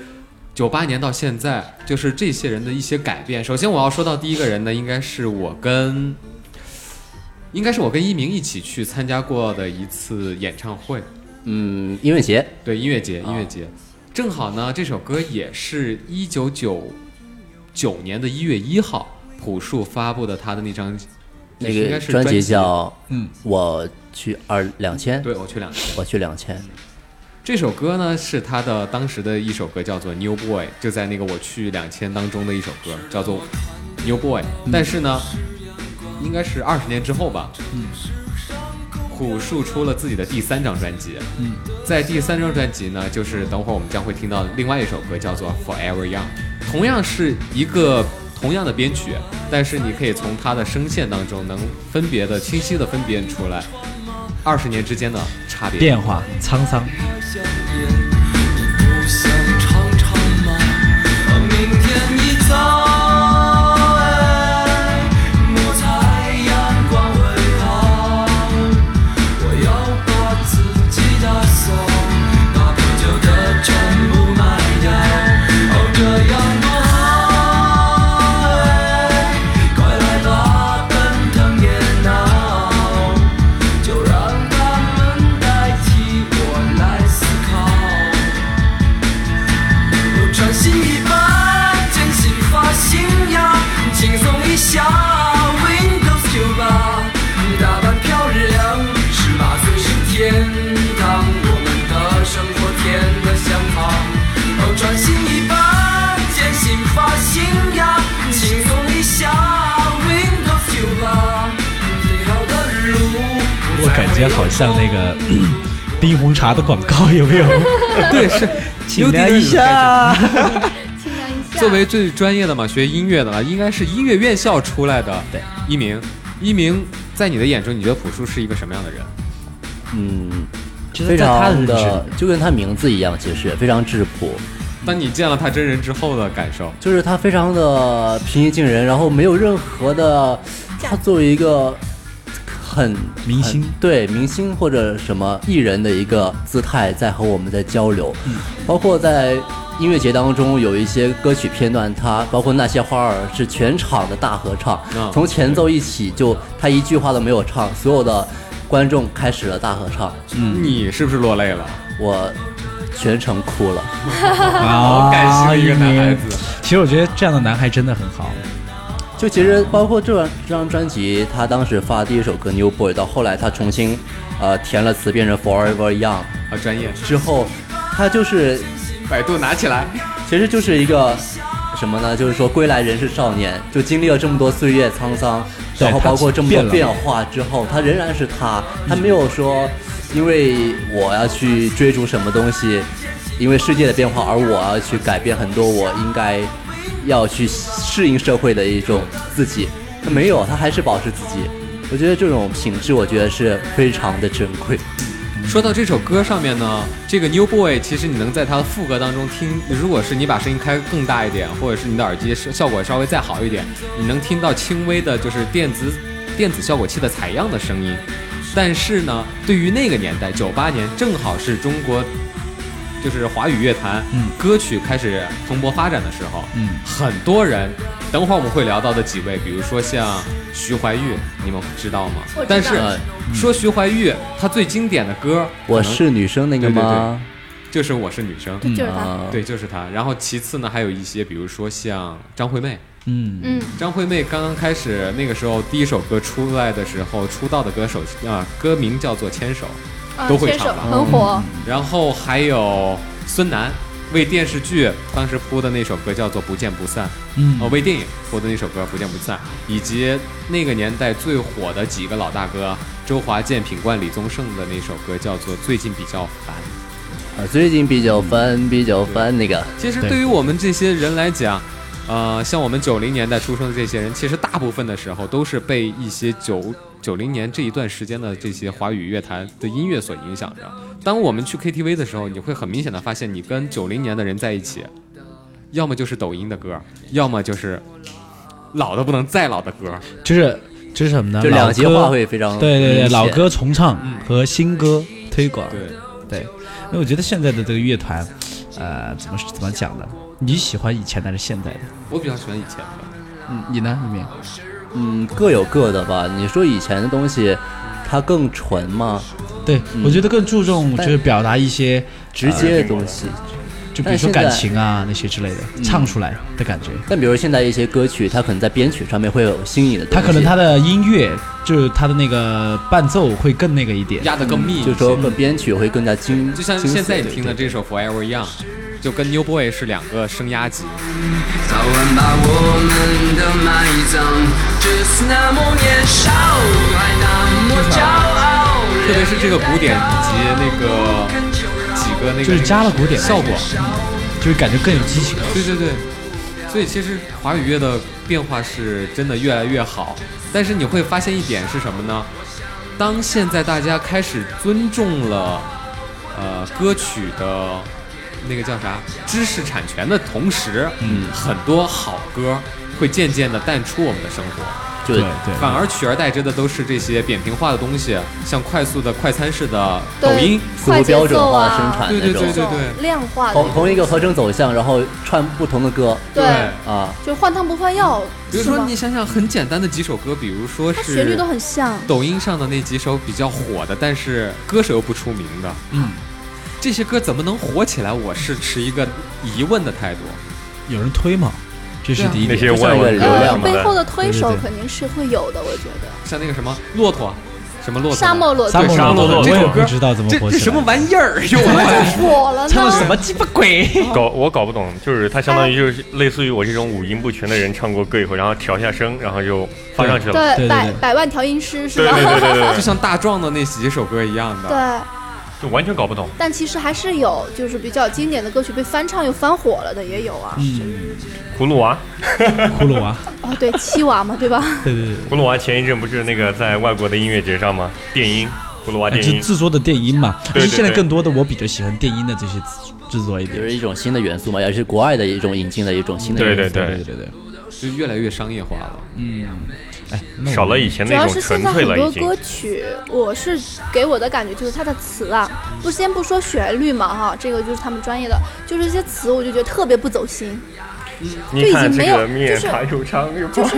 Speaker 2: 九八年到现在，就是这些人的一些改变。首先，我要说到第一个人呢，应该是我跟，应该是我跟一鸣一起去参加过的一次演唱会，
Speaker 5: 嗯，音乐节
Speaker 2: 对音乐节，
Speaker 5: 啊
Speaker 2: 音乐节。正好呢，这首歌也是一九九九年的一月一号，朴树发布的他的那张，
Speaker 5: 那
Speaker 2: 应
Speaker 5: 个
Speaker 2: 该是
Speaker 5: 专
Speaker 2: 辑
Speaker 5: 辑叫《
Speaker 3: 嗯
Speaker 5: 我去二两千》，
Speaker 2: 对我去两次。
Speaker 5: 我去两千，
Speaker 2: 这首歌呢是他的当时的一首歌，叫做《New Boy》，就在那个我去两千当中的一首歌，叫做《New Boy》。但是呢，应该是二十年之后吧，虎树出了自己的第三张专辑。
Speaker 3: 嗯，
Speaker 2: 在第三张专辑呢，就是等会儿我们将会听到另外一首歌，叫做《Forever Young》，同样是一个同样的编曲，但是你可以从它的声线当中能分别的清晰的分辨出来二十年之间的差别。
Speaker 3: 变化沧桑。
Speaker 6: 不想尝尝吗？明天一早，哎，莫猜阳光会跑。我要把自己打扫，把不久的全部卖掉。哦，这样多好，哎，快来吧，奔腾电脑。就让他们代替我来思考。我穿新衣吧，剪新发型呀，轻松一下，Windows 98，打扮漂亮，十八岁是天堂，我们的生活甜得像糖。哦，穿新衣吧，剪新发型呀，轻松一下，Windows 98，最好的路。
Speaker 3: 我感觉好像那个冰红茶的广告，有 没有？
Speaker 2: 对，是
Speaker 3: 请量一。下。
Speaker 1: 清凉一下。
Speaker 2: 作为最专业的嘛，学音乐的了，应该是音乐院校出来的。
Speaker 3: 对，
Speaker 2: 一鸣，一鸣，在你的眼中，你觉得朴树是一个什么样的人？
Speaker 5: 嗯，
Speaker 3: 其
Speaker 5: 非
Speaker 3: 实，在他
Speaker 5: 常
Speaker 3: 认知
Speaker 5: 的
Speaker 3: 里，
Speaker 5: 就跟他名字一样，其实非常质朴，
Speaker 3: 嗯
Speaker 2: 当你见了他真人之后的感受，
Speaker 5: 就是他非常的平易近人，然后没有任何的，他作为一个很
Speaker 3: 明星
Speaker 5: 很对明星或者什么艺人的一个姿态在和我们在交流，
Speaker 3: 嗯
Speaker 5: 包括在音乐节当中有一些歌曲片段，他包括那些花儿是全场的大合唱，
Speaker 3: 啊
Speaker 2: 嗯
Speaker 5: 从前奏一起就他一句话都没有唱，所有的观众开始了大合唱，
Speaker 3: 嗯
Speaker 2: 你是不是落泪了？
Speaker 5: 我全程哭了。
Speaker 3: 啊
Speaker 2: 好 感性的一个男孩子。
Speaker 3: 其实我觉得这样的男孩真的很好。
Speaker 5: 就其实包括这张这张专辑，他当时发第一首歌《New Boy》，到后来他重新，呃，填了词变成《Forever Young
Speaker 2: 好专业，》
Speaker 5: 之后，他就是
Speaker 2: 百度拿起来。
Speaker 5: 其实就是一个什么呢？就是说归来仍是少年，就经历了这么多岁月沧
Speaker 2: 哎
Speaker 5: 桑，
Speaker 3: 对
Speaker 5: 然后包括这么多
Speaker 3: 他变
Speaker 5: 变
Speaker 3: 了
Speaker 5: 化之后，他仍然是他，他没有说因为我要去追逐什么东西，因为世界的变化而我要去改变很多我应该要去适应社会的一种自己，他没有，他还是保持自己。我觉得这种品质，我觉得是非常的珍贵。
Speaker 2: 说到这首歌上面呢，这个 New Boy 其实你能在它的副歌当中听，如果是你把声音开更大一点，或者是你的耳机效果稍微再好一点，你能听到轻微的，就是电子电子效果器的采样的声音。但是呢，对于那个年代，九八年正好是中国就是华语乐坛、
Speaker 3: 嗯
Speaker 2: 歌曲开始蓬勃发展的时候，
Speaker 3: 嗯
Speaker 2: 很多人，等会儿我们会聊到的几位，比如说像徐怀钰，你们知道吗？
Speaker 1: 我知道
Speaker 2: 但是、
Speaker 5: 呃
Speaker 2: 嗯说徐怀钰，她最经典的歌，
Speaker 5: 我
Speaker 2: 可能
Speaker 5: 是女生那个
Speaker 2: 对对对
Speaker 5: 吗？
Speaker 2: 就是我是女生，
Speaker 1: 就是他，
Speaker 5: 啊，
Speaker 2: 对，就是她。然后其次呢，还有一些，比如说像张惠妹，
Speaker 3: 嗯，
Speaker 1: 嗯，
Speaker 2: 张惠妹刚刚开始那个时候，第一首歌出来的时候，出道的歌手啊，歌名叫做《牵手》，
Speaker 1: 啊
Speaker 2: 都会
Speaker 1: 牵
Speaker 2: 唱
Speaker 1: 手
Speaker 2: 吧
Speaker 1: 很火，
Speaker 2: 然后还有孙楠为电视剧当时铺的那首歌叫做《不见不散》，
Speaker 3: 嗯
Speaker 2: 呃，为电影铺的那首歌《不见不散》，以及那个年代最火的几个老大哥周华健、品冠、李宗盛的那首歌叫做《最近比较烦》。
Speaker 5: 啊最近比较翻，比较翻那个。
Speaker 2: 其实
Speaker 3: 对
Speaker 2: 对于我们这些人来讲，呃，像我们九零年代出生的这些人，其实大部分的时候都是被一些九九零年这一段时间的这些华语乐坛的音乐所影响着。当我们去 KTV 的时候，你会很明显的发现，你跟九零年的人在一起，要么就是抖音的歌，要么就是老的不能再老的歌。
Speaker 3: 就是就是什么呢？
Speaker 5: 就两极
Speaker 3: 老歌
Speaker 5: 化会非常
Speaker 3: 对对
Speaker 5: 明
Speaker 3: 对，
Speaker 5: 显
Speaker 3: 老歌重唱和新歌推广。
Speaker 2: 对，
Speaker 3: 嗯对，因为我觉得现在的这个乐团，呃，怎么怎么讲呢？你喜欢以前的还是现在的？
Speaker 2: 我比较喜欢以前的，
Speaker 3: 嗯，你呢？里面
Speaker 5: 嗯各有各的吧。你说以前的东西，它更纯嘛，
Speaker 3: 嗯对、我觉得更注重就是表达一些呃
Speaker 5: 直接的东西，
Speaker 3: 就比如说感情啊那些之类的，唱出来的感觉。
Speaker 5: 但比如现在一些歌曲，它可能在编曲上面会有新颖的东西，
Speaker 3: 他可能他的音乐就是他的那个伴奏会更那个一点，
Speaker 2: 压得更密一些，
Speaker 5: 嗯就说编曲会更加精，
Speaker 2: 就像
Speaker 5: 精
Speaker 2: 现在你
Speaker 5: 髓对
Speaker 2: 听的
Speaker 5: 对
Speaker 2: 这首《Forever Young》，就跟 New Boy 是两个升压级。
Speaker 6: 早晚把我们的埋葬，只是那么年少，还那么骄傲。
Speaker 2: 特别是这个鼓点以及那个几个那个
Speaker 3: 就是加了鼓点
Speaker 2: 效果，
Speaker 3: 就是感觉更有激情。
Speaker 2: 对对对。所以其实华语乐的变化是真的越来越好，但是你会发现一点是什么呢？当现在大家开始尊重了呃歌曲的那个叫啥知识产权的同时，嗯，很多好歌会渐渐的淡出我们的生活。
Speaker 3: 对
Speaker 5: 就
Speaker 3: 对，
Speaker 2: 反而取而代之的都是这些扁平化的东西，像快速的快餐式的抖音，
Speaker 5: 符合
Speaker 1: 快节
Speaker 5: 标准
Speaker 1: 奏
Speaker 5: 化
Speaker 1: 啊，
Speaker 5: 生产
Speaker 2: 对对
Speaker 5: 那种
Speaker 2: 对，对对
Speaker 1: 这种量化的
Speaker 5: 同，同一个和声走向，然后串不同的歌
Speaker 1: 对，
Speaker 5: 啊，
Speaker 1: 就换汤不换药，
Speaker 2: 比如
Speaker 1: 是
Speaker 2: 说
Speaker 1: 吗
Speaker 2: 你想想很简单的几首歌，比如说
Speaker 1: 它旋律
Speaker 2: 是
Speaker 1: 都很像，
Speaker 2: 抖音上的那几首比较火的，但是歌手又不出名的，
Speaker 3: 嗯，
Speaker 2: 这些歌怎么能火起来？我是持一个疑问的态度。
Speaker 3: 有人推嘛，这是第一
Speaker 4: 那
Speaker 3: 点。
Speaker 4: 些万万流
Speaker 5: 流
Speaker 1: 呃
Speaker 5: 量
Speaker 4: 量，嘛
Speaker 1: 背后
Speaker 4: 的，
Speaker 1: 的推手
Speaker 3: 对对对
Speaker 1: 肯定是会有的，我觉得。
Speaker 2: 像那个什么骆驼，什么骆驼，
Speaker 1: 沙漠骆驼
Speaker 3: 沙漠
Speaker 2: 沙
Speaker 3: 骆
Speaker 4: 漠骆
Speaker 3: 驼
Speaker 4: 驼
Speaker 3: 我也
Speaker 4: 这首
Speaker 3: 不
Speaker 2: 歌
Speaker 3: 知道怎么
Speaker 2: 这
Speaker 3: 火
Speaker 2: 这
Speaker 3: 起
Speaker 2: 什么
Speaker 3: 来。
Speaker 2: 玩意儿？ 又
Speaker 1: 火了呢？
Speaker 3: 唱的什么鸡巴鬼？
Speaker 4: 搞我搞不懂，就是它相当于就是类似于我这种五音不全的人唱过歌以后，然后调一下声，然后就发上去了。
Speaker 3: 对对
Speaker 1: 对，百
Speaker 3: 对
Speaker 1: 百万调音师是
Speaker 4: 对
Speaker 1: 吧？
Speaker 4: 对对对对
Speaker 2: 就
Speaker 4: 对，
Speaker 2: 像大壮的那几首歌一样的。
Speaker 1: 对，
Speaker 4: 就完全搞不懂。
Speaker 1: 但其实还是有，就是比较经典的歌曲被翻唱又翻火了的也有啊。
Speaker 4: 葫芦娃，
Speaker 3: 骷髅娃，
Speaker 1: 哦，对，七娃 嘛，对吧？
Speaker 3: 对对对，
Speaker 4: 葫芦娃前一阵不是那个在外国的音乐节上吗？电音，葫芦娃
Speaker 3: 哎
Speaker 4: 电
Speaker 3: 就
Speaker 4: 音，
Speaker 3: 制作的电音嘛，而
Speaker 4: 对对
Speaker 3: 且
Speaker 4: 对
Speaker 3: 现在更多的我比较喜欢电音的这些制作一
Speaker 5: 就
Speaker 3: 点。
Speaker 5: 是一种新的元素嘛，也是国外的一种引进的一种新的元
Speaker 4: 对
Speaker 5: 素。
Speaker 4: 对
Speaker 3: 对
Speaker 4: 对，
Speaker 3: 对对，
Speaker 2: 就越来越商业化了。
Speaker 3: 哎那我
Speaker 4: 少了以前
Speaker 1: 主
Speaker 4: 那
Speaker 1: 要
Speaker 4: 种
Speaker 1: 是现
Speaker 4: 纯
Speaker 1: 在
Speaker 4: 粹
Speaker 1: 很
Speaker 4: 了，
Speaker 1: 多
Speaker 4: 已经
Speaker 1: 歌。曲，我是给我的感觉就是它的词啊，不先不说旋律嘛哈，这个就是他们专业的，就是这些词我就觉得特别不走心，
Speaker 4: 你看
Speaker 1: 就已经
Speaker 4: 这
Speaker 1: 没有
Speaker 4: 个面，
Speaker 1: 就是
Speaker 4: 它又长又
Speaker 1: 就。
Speaker 4: 宽
Speaker 1: 是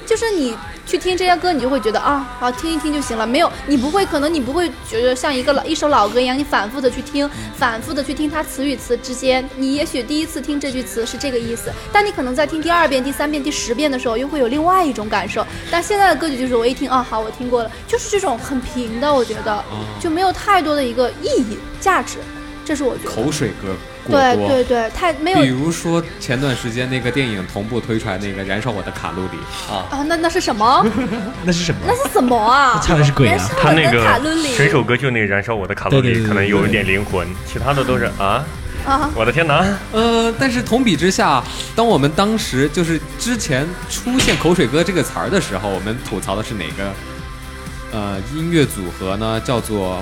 Speaker 1: 就是你去听这些歌，你就会觉得啊，好听一听就行了，没有你不会，可能你不会觉得像一个老一首老歌一样，你反复的去听，反复的去听它词与词之间，你也许第一次听这句词是这个意思，但你可能在听第二遍、第三遍、第十遍的时候，又会有另外一种感受。但现在的歌曲就是我一听啊，好，我听过了，就是这种很平的，我觉得就没有太多的一个意义价值，这是我觉得。
Speaker 2: 口水歌过
Speaker 1: 对
Speaker 2: 多，
Speaker 1: 对对，太没有
Speaker 2: 比如说前段时间那个电影同步推出来那个《燃烧我的卡路里》，
Speaker 1: 啊，那那是什么？
Speaker 3: 那是什么？
Speaker 1: 那是什么 啊？
Speaker 3: 唱的是鬼
Speaker 1: 燃
Speaker 3: 啊
Speaker 1: 烧！
Speaker 4: 他
Speaker 1: 我
Speaker 4: 那
Speaker 1: 的
Speaker 4: 个
Speaker 1: 卡路里
Speaker 4: 整首歌就那《燃烧我的卡
Speaker 3: 对
Speaker 4: 路
Speaker 3: 对
Speaker 4: 里
Speaker 3: 对》，
Speaker 4: 可能有一点灵魂，其他的都是啊，
Speaker 1: 啊，
Speaker 4: 我的天哪！
Speaker 2: 呃，但是同比之下，当我们当时就是之前出现“口水歌”这个词儿的时候，我们吐槽的是哪个呃音乐组合呢？叫做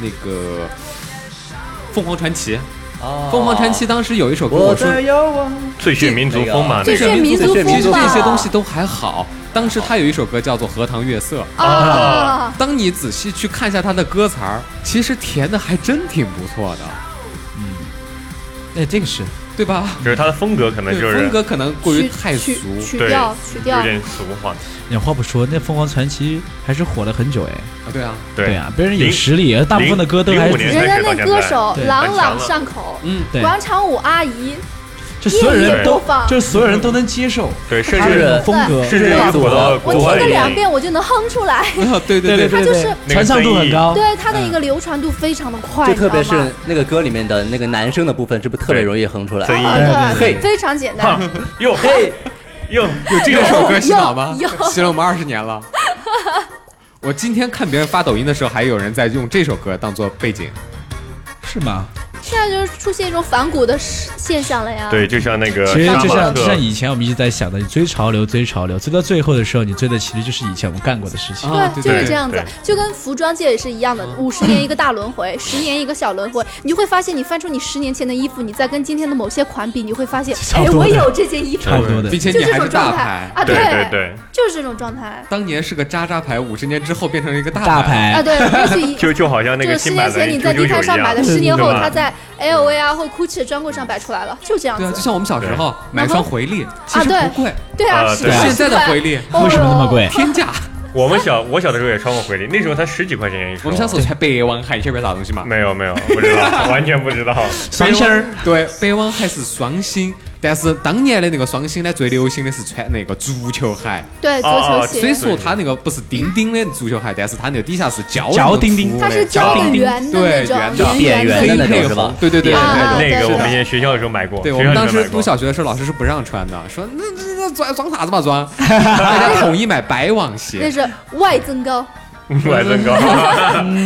Speaker 2: 那个凤凰传奇。
Speaker 5: 啊，
Speaker 2: 凤凰传奇当时有一首歌，
Speaker 5: 我
Speaker 2: 我说
Speaker 5: 的遥望，
Speaker 4: 最炫民族风嘛，
Speaker 1: 这
Speaker 4: 那
Speaker 1: 是
Speaker 4: 个
Speaker 1: 民族
Speaker 5: 这是
Speaker 1: 风
Speaker 5: 民
Speaker 2: 其实
Speaker 5: 族
Speaker 2: 这
Speaker 1: 吧？
Speaker 2: 些东西都还好。当时他有一首歌叫做《荷塘月色》，
Speaker 1: 啊，
Speaker 2: 当你仔细去看一下他的歌词儿，其实填的还真挺不错的，
Speaker 3: 哎，这个是
Speaker 2: 对吧？
Speaker 4: 只是他的风格可能
Speaker 2: 对，
Speaker 4: 就是
Speaker 2: 风格可能过于
Speaker 1: 曲
Speaker 2: 太俗
Speaker 1: 曲，曲
Speaker 4: 对
Speaker 1: 调曲调
Speaker 4: 有，点俗化。
Speaker 3: 你哎话不说，那凤凰传奇还是火了很久哎。
Speaker 2: 啊对啊，
Speaker 3: 对
Speaker 4: 对
Speaker 3: 啊，别人有
Speaker 4: 零
Speaker 3: 实力，大部分的歌都
Speaker 4: 零
Speaker 3: 还
Speaker 4: 零五年
Speaker 1: 人家那歌手
Speaker 3: 对
Speaker 1: 朗朗上口，
Speaker 2: 嗯，
Speaker 3: 对，
Speaker 1: 广场舞阿姨
Speaker 3: 就所有人
Speaker 1: 夜夜
Speaker 3: 都
Speaker 1: 播放
Speaker 3: 就是所有人都能接受
Speaker 4: 对，甚
Speaker 3: 他的
Speaker 5: 是
Speaker 3: 这
Speaker 4: 至
Speaker 3: 种风格，
Speaker 4: 甚至于
Speaker 5: 对啊
Speaker 4: 火到
Speaker 1: 我
Speaker 4: 国
Speaker 1: 听
Speaker 4: 外
Speaker 1: 了两
Speaker 4: 已 经
Speaker 1: 遍我就能哼出来，
Speaker 2: 对对对，
Speaker 3: 对对
Speaker 1: 他就
Speaker 3: 对
Speaker 1: 是，
Speaker 4: 那个
Speaker 3: 传唱度很高。
Speaker 1: 对它的一个流传度非常的快，
Speaker 5: 就
Speaker 1: 你知
Speaker 5: 特别
Speaker 1: 道吗
Speaker 5: 是那个歌里面的那个男生的部分，是不是特别容易哼出来？
Speaker 4: 对声音
Speaker 1: 啊
Speaker 5: 嘿
Speaker 1: 对，非常简单
Speaker 4: 哈，哟嘿哟，有这
Speaker 2: 这
Speaker 4: 种
Speaker 2: 首歌洗脑吗
Speaker 1: 有？有
Speaker 2: 洗了我们二十年了。 我今天看别人发抖音的时候，还有人在用这首歌当做背景。
Speaker 3: 是吗？
Speaker 1: 现在就是出现一种反骨的现象了呀。
Speaker 4: 对，就像那个
Speaker 3: 其实就
Speaker 4: 杀马
Speaker 3: 像就像
Speaker 4: 特，
Speaker 3: 以前我们一直在想的，你追潮流，追潮流，追到最后的时候，你追的其实就是以前我们干过的事情。
Speaker 2: 啊
Speaker 1: 对，
Speaker 2: 对
Speaker 1: 就是
Speaker 4: 对
Speaker 1: 这样子
Speaker 4: 对，
Speaker 1: 就跟服装界也是一样的，五十年一个大轮回，十年一个小轮回，你就会发现，你翻出你十年前的衣服，你再跟今天的某些款比，你会发现，
Speaker 3: 差不
Speaker 1: 哎，
Speaker 3: 多
Speaker 1: 我
Speaker 3: 的
Speaker 1: 有这件衣服
Speaker 3: 差，不多的
Speaker 2: 并，且
Speaker 1: 就
Speaker 2: 你
Speaker 1: 这
Speaker 2: 还
Speaker 1: 种
Speaker 2: 是
Speaker 1: 状
Speaker 2: 大
Speaker 1: 态
Speaker 2: 牌。
Speaker 1: 啊，
Speaker 4: 对对对，
Speaker 1: 就是这种状态
Speaker 2: 当年是个渣渣牌，五十年之后变成了一个大
Speaker 3: 大
Speaker 2: 牌。
Speaker 1: 啊，
Speaker 3: 牌，
Speaker 1: 对，也许一
Speaker 4: 就就好像那
Speaker 1: 就
Speaker 4: 个
Speaker 1: 是十
Speaker 4: 新版
Speaker 1: 年
Speaker 4: 的
Speaker 1: 前你在
Speaker 4: 九九
Speaker 1: 地摊
Speaker 4: 九一
Speaker 1: 上买的，
Speaker 4: 样，
Speaker 1: 十年后
Speaker 4: 对吧
Speaker 1: 它在 LV 啊或 GUCCI 的专柜上摆出来了，就这样
Speaker 2: 对啊，就
Speaker 1: 子。
Speaker 2: 像我们小时候买
Speaker 1: 然
Speaker 2: 双
Speaker 1: 后
Speaker 2: 回力，其实
Speaker 1: 嗯啊对
Speaker 2: 不贵，
Speaker 1: 对啊，
Speaker 4: 啊
Speaker 1: 是
Speaker 4: 对
Speaker 1: 的
Speaker 2: 现在的回，
Speaker 1: 是
Speaker 2: 力
Speaker 1: 哦
Speaker 3: 为什么那么贵？
Speaker 2: 天价。
Speaker 4: 我们小我小的时候也穿过回力，那时候才十几块钱一双。
Speaker 2: 我们小时候穿白网还晓得啥东西嘛？
Speaker 4: 没有没有，不知道，完全不知道。
Speaker 3: 双星儿，
Speaker 2: 对，白网还是双星，但是当年的那个双星呢，最流行的是穿那个足球鞋。
Speaker 1: 对，足
Speaker 4: 哦
Speaker 1: 球
Speaker 4: 哦
Speaker 2: 虽
Speaker 1: 鞋，
Speaker 2: 说它那个不是钉钉的足球鞋，但是它那个底下是胶
Speaker 3: 胶钉钉
Speaker 1: 它是胶的圆的那
Speaker 2: 对圆的
Speaker 1: 种，
Speaker 5: 扁
Speaker 1: 圆
Speaker 5: 圆的
Speaker 1: 的
Speaker 2: 黑
Speaker 5: 那种是吧？
Speaker 2: 对对对
Speaker 1: 扁圆的
Speaker 2: 对
Speaker 1: 啊
Speaker 4: 那
Speaker 1: 对
Speaker 4: 个
Speaker 1: 是的
Speaker 4: 我们以前学校的时候买过，
Speaker 2: 对，
Speaker 4: 学
Speaker 2: 我
Speaker 4: 校
Speaker 2: 们
Speaker 4: 里
Speaker 2: 当
Speaker 4: 面
Speaker 2: 时
Speaker 4: 买
Speaker 2: 读
Speaker 4: 过。
Speaker 2: 小学的时候，老师是不让穿的，说那那那装装啥子 嘛装，大家统一买白网
Speaker 1: 那
Speaker 2: 鞋，
Speaker 1: 是外增高，
Speaker 4: 买增高，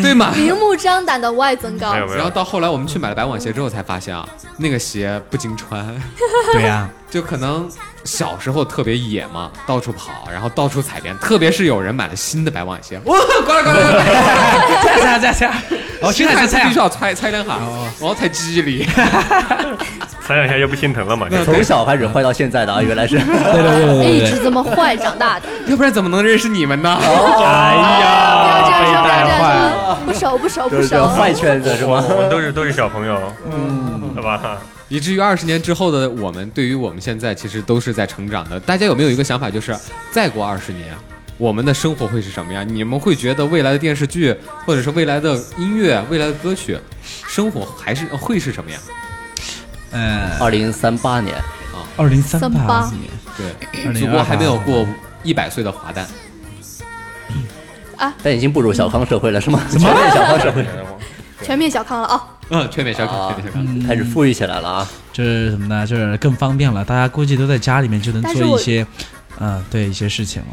Speaker 2: 对嘛？
Speaker 1: 明目张胆的外增高
Speaker 4: 没。有没
Speaker 2: 然后
Speaker 4: 有，
Speaker 2: 到后来我们去买了白网鞋之后，才发现啊，那个鞋不经穿，
Speaker 3: 对
Speaker 1: 啊
Speaker 3: 呀，
Speaker 2: 就可能小时候特别野嘛，到处跑，然后到处踩边，特别是有人买了新的白网鞋，哇，过来过来过来，
Speaker 3: 踩踩踩踩，哦，
Speaker 2: 新
Speaker 3: 新
Speaker 2: 孩
Speaker 3: 还是
Speaker 2: 子
Speaker 1: 啊
Speaker 3: 踩
Speaker 2: 必须要踩踩两下，
Speaker 1: 哦
Speaker 2: 然后才吉利。
Speaker 4: 踩两下就不心疼了嘛。就
Speaker 5: 从小开始坏到现在的啊，原来是。
Speaker 3: 对对对对
Speaker 1: 哎一
Speaker 3: 对
Speaker 1: 直
Speaker 3: 对，
Speaker 1: 这么坏长大的，
Speaker 2: 要不然怎么能认识你们呢？
Speaker 4: 哎
Speaker 1: 不要这样说，
Speaker 4: 呀，
Speaker 1: 不
Speaker 4: 被
Speaker 1: 要这
Speaker 4: 带
Speaker 1: 样
Speaker 4: 坏了。
Speaker 1: 说，不熟不熟嗯
Speaker 5: 就
Speaker 1: 不
Speaker 5: 是这
Speaker 1: 熟
Speaker 5: 个。坏圈子是
Speaker 4: 我
Speaker 5: 吗？
Speaker 4: 我们都是都是小朋友，嗯，对吧？
Speaker 2: 以至于二十年之后的我们，对于我们现在其实都是在成长的。大家有没有一个想法，就是再过二十年，我们的生活会是什么样？你们会觉得未来的电视剧，或者是未来的音乐、未来的歌曲，生活还是呃会是什么样？
Speaker 3: 嗯，
Speaker 5: 二零三八年，
Speaker 3: 二零三
Speaker 1: 三
Speaker 3: 八
Speaker 1: 八
Speaker 3: 年，
Speaker 2: 对，
Speaker 3: 2028
Speaker 2: 祖国还没有过一百岁的华诞，
Speaker 5: 但已经步入小康社会了是吗？全
Speaker 3: 么
Speaker 5: 面小康社会，
Speaker 1: 全面小康了啊！
Speaker 2: 嗯，全面小康，
Speaker 5: 啊
Speaker 2: 全面小康。
Speaker 5: 开始富裕起来了啊！
Speaker 3: 就是什么呢？就是更方便了，大家估计都在家里面就能
Speaker 1: 但是
Speaker 3: 做一
Speaker 1: 我
Speaker 3: 些，嗯，对一些事情了，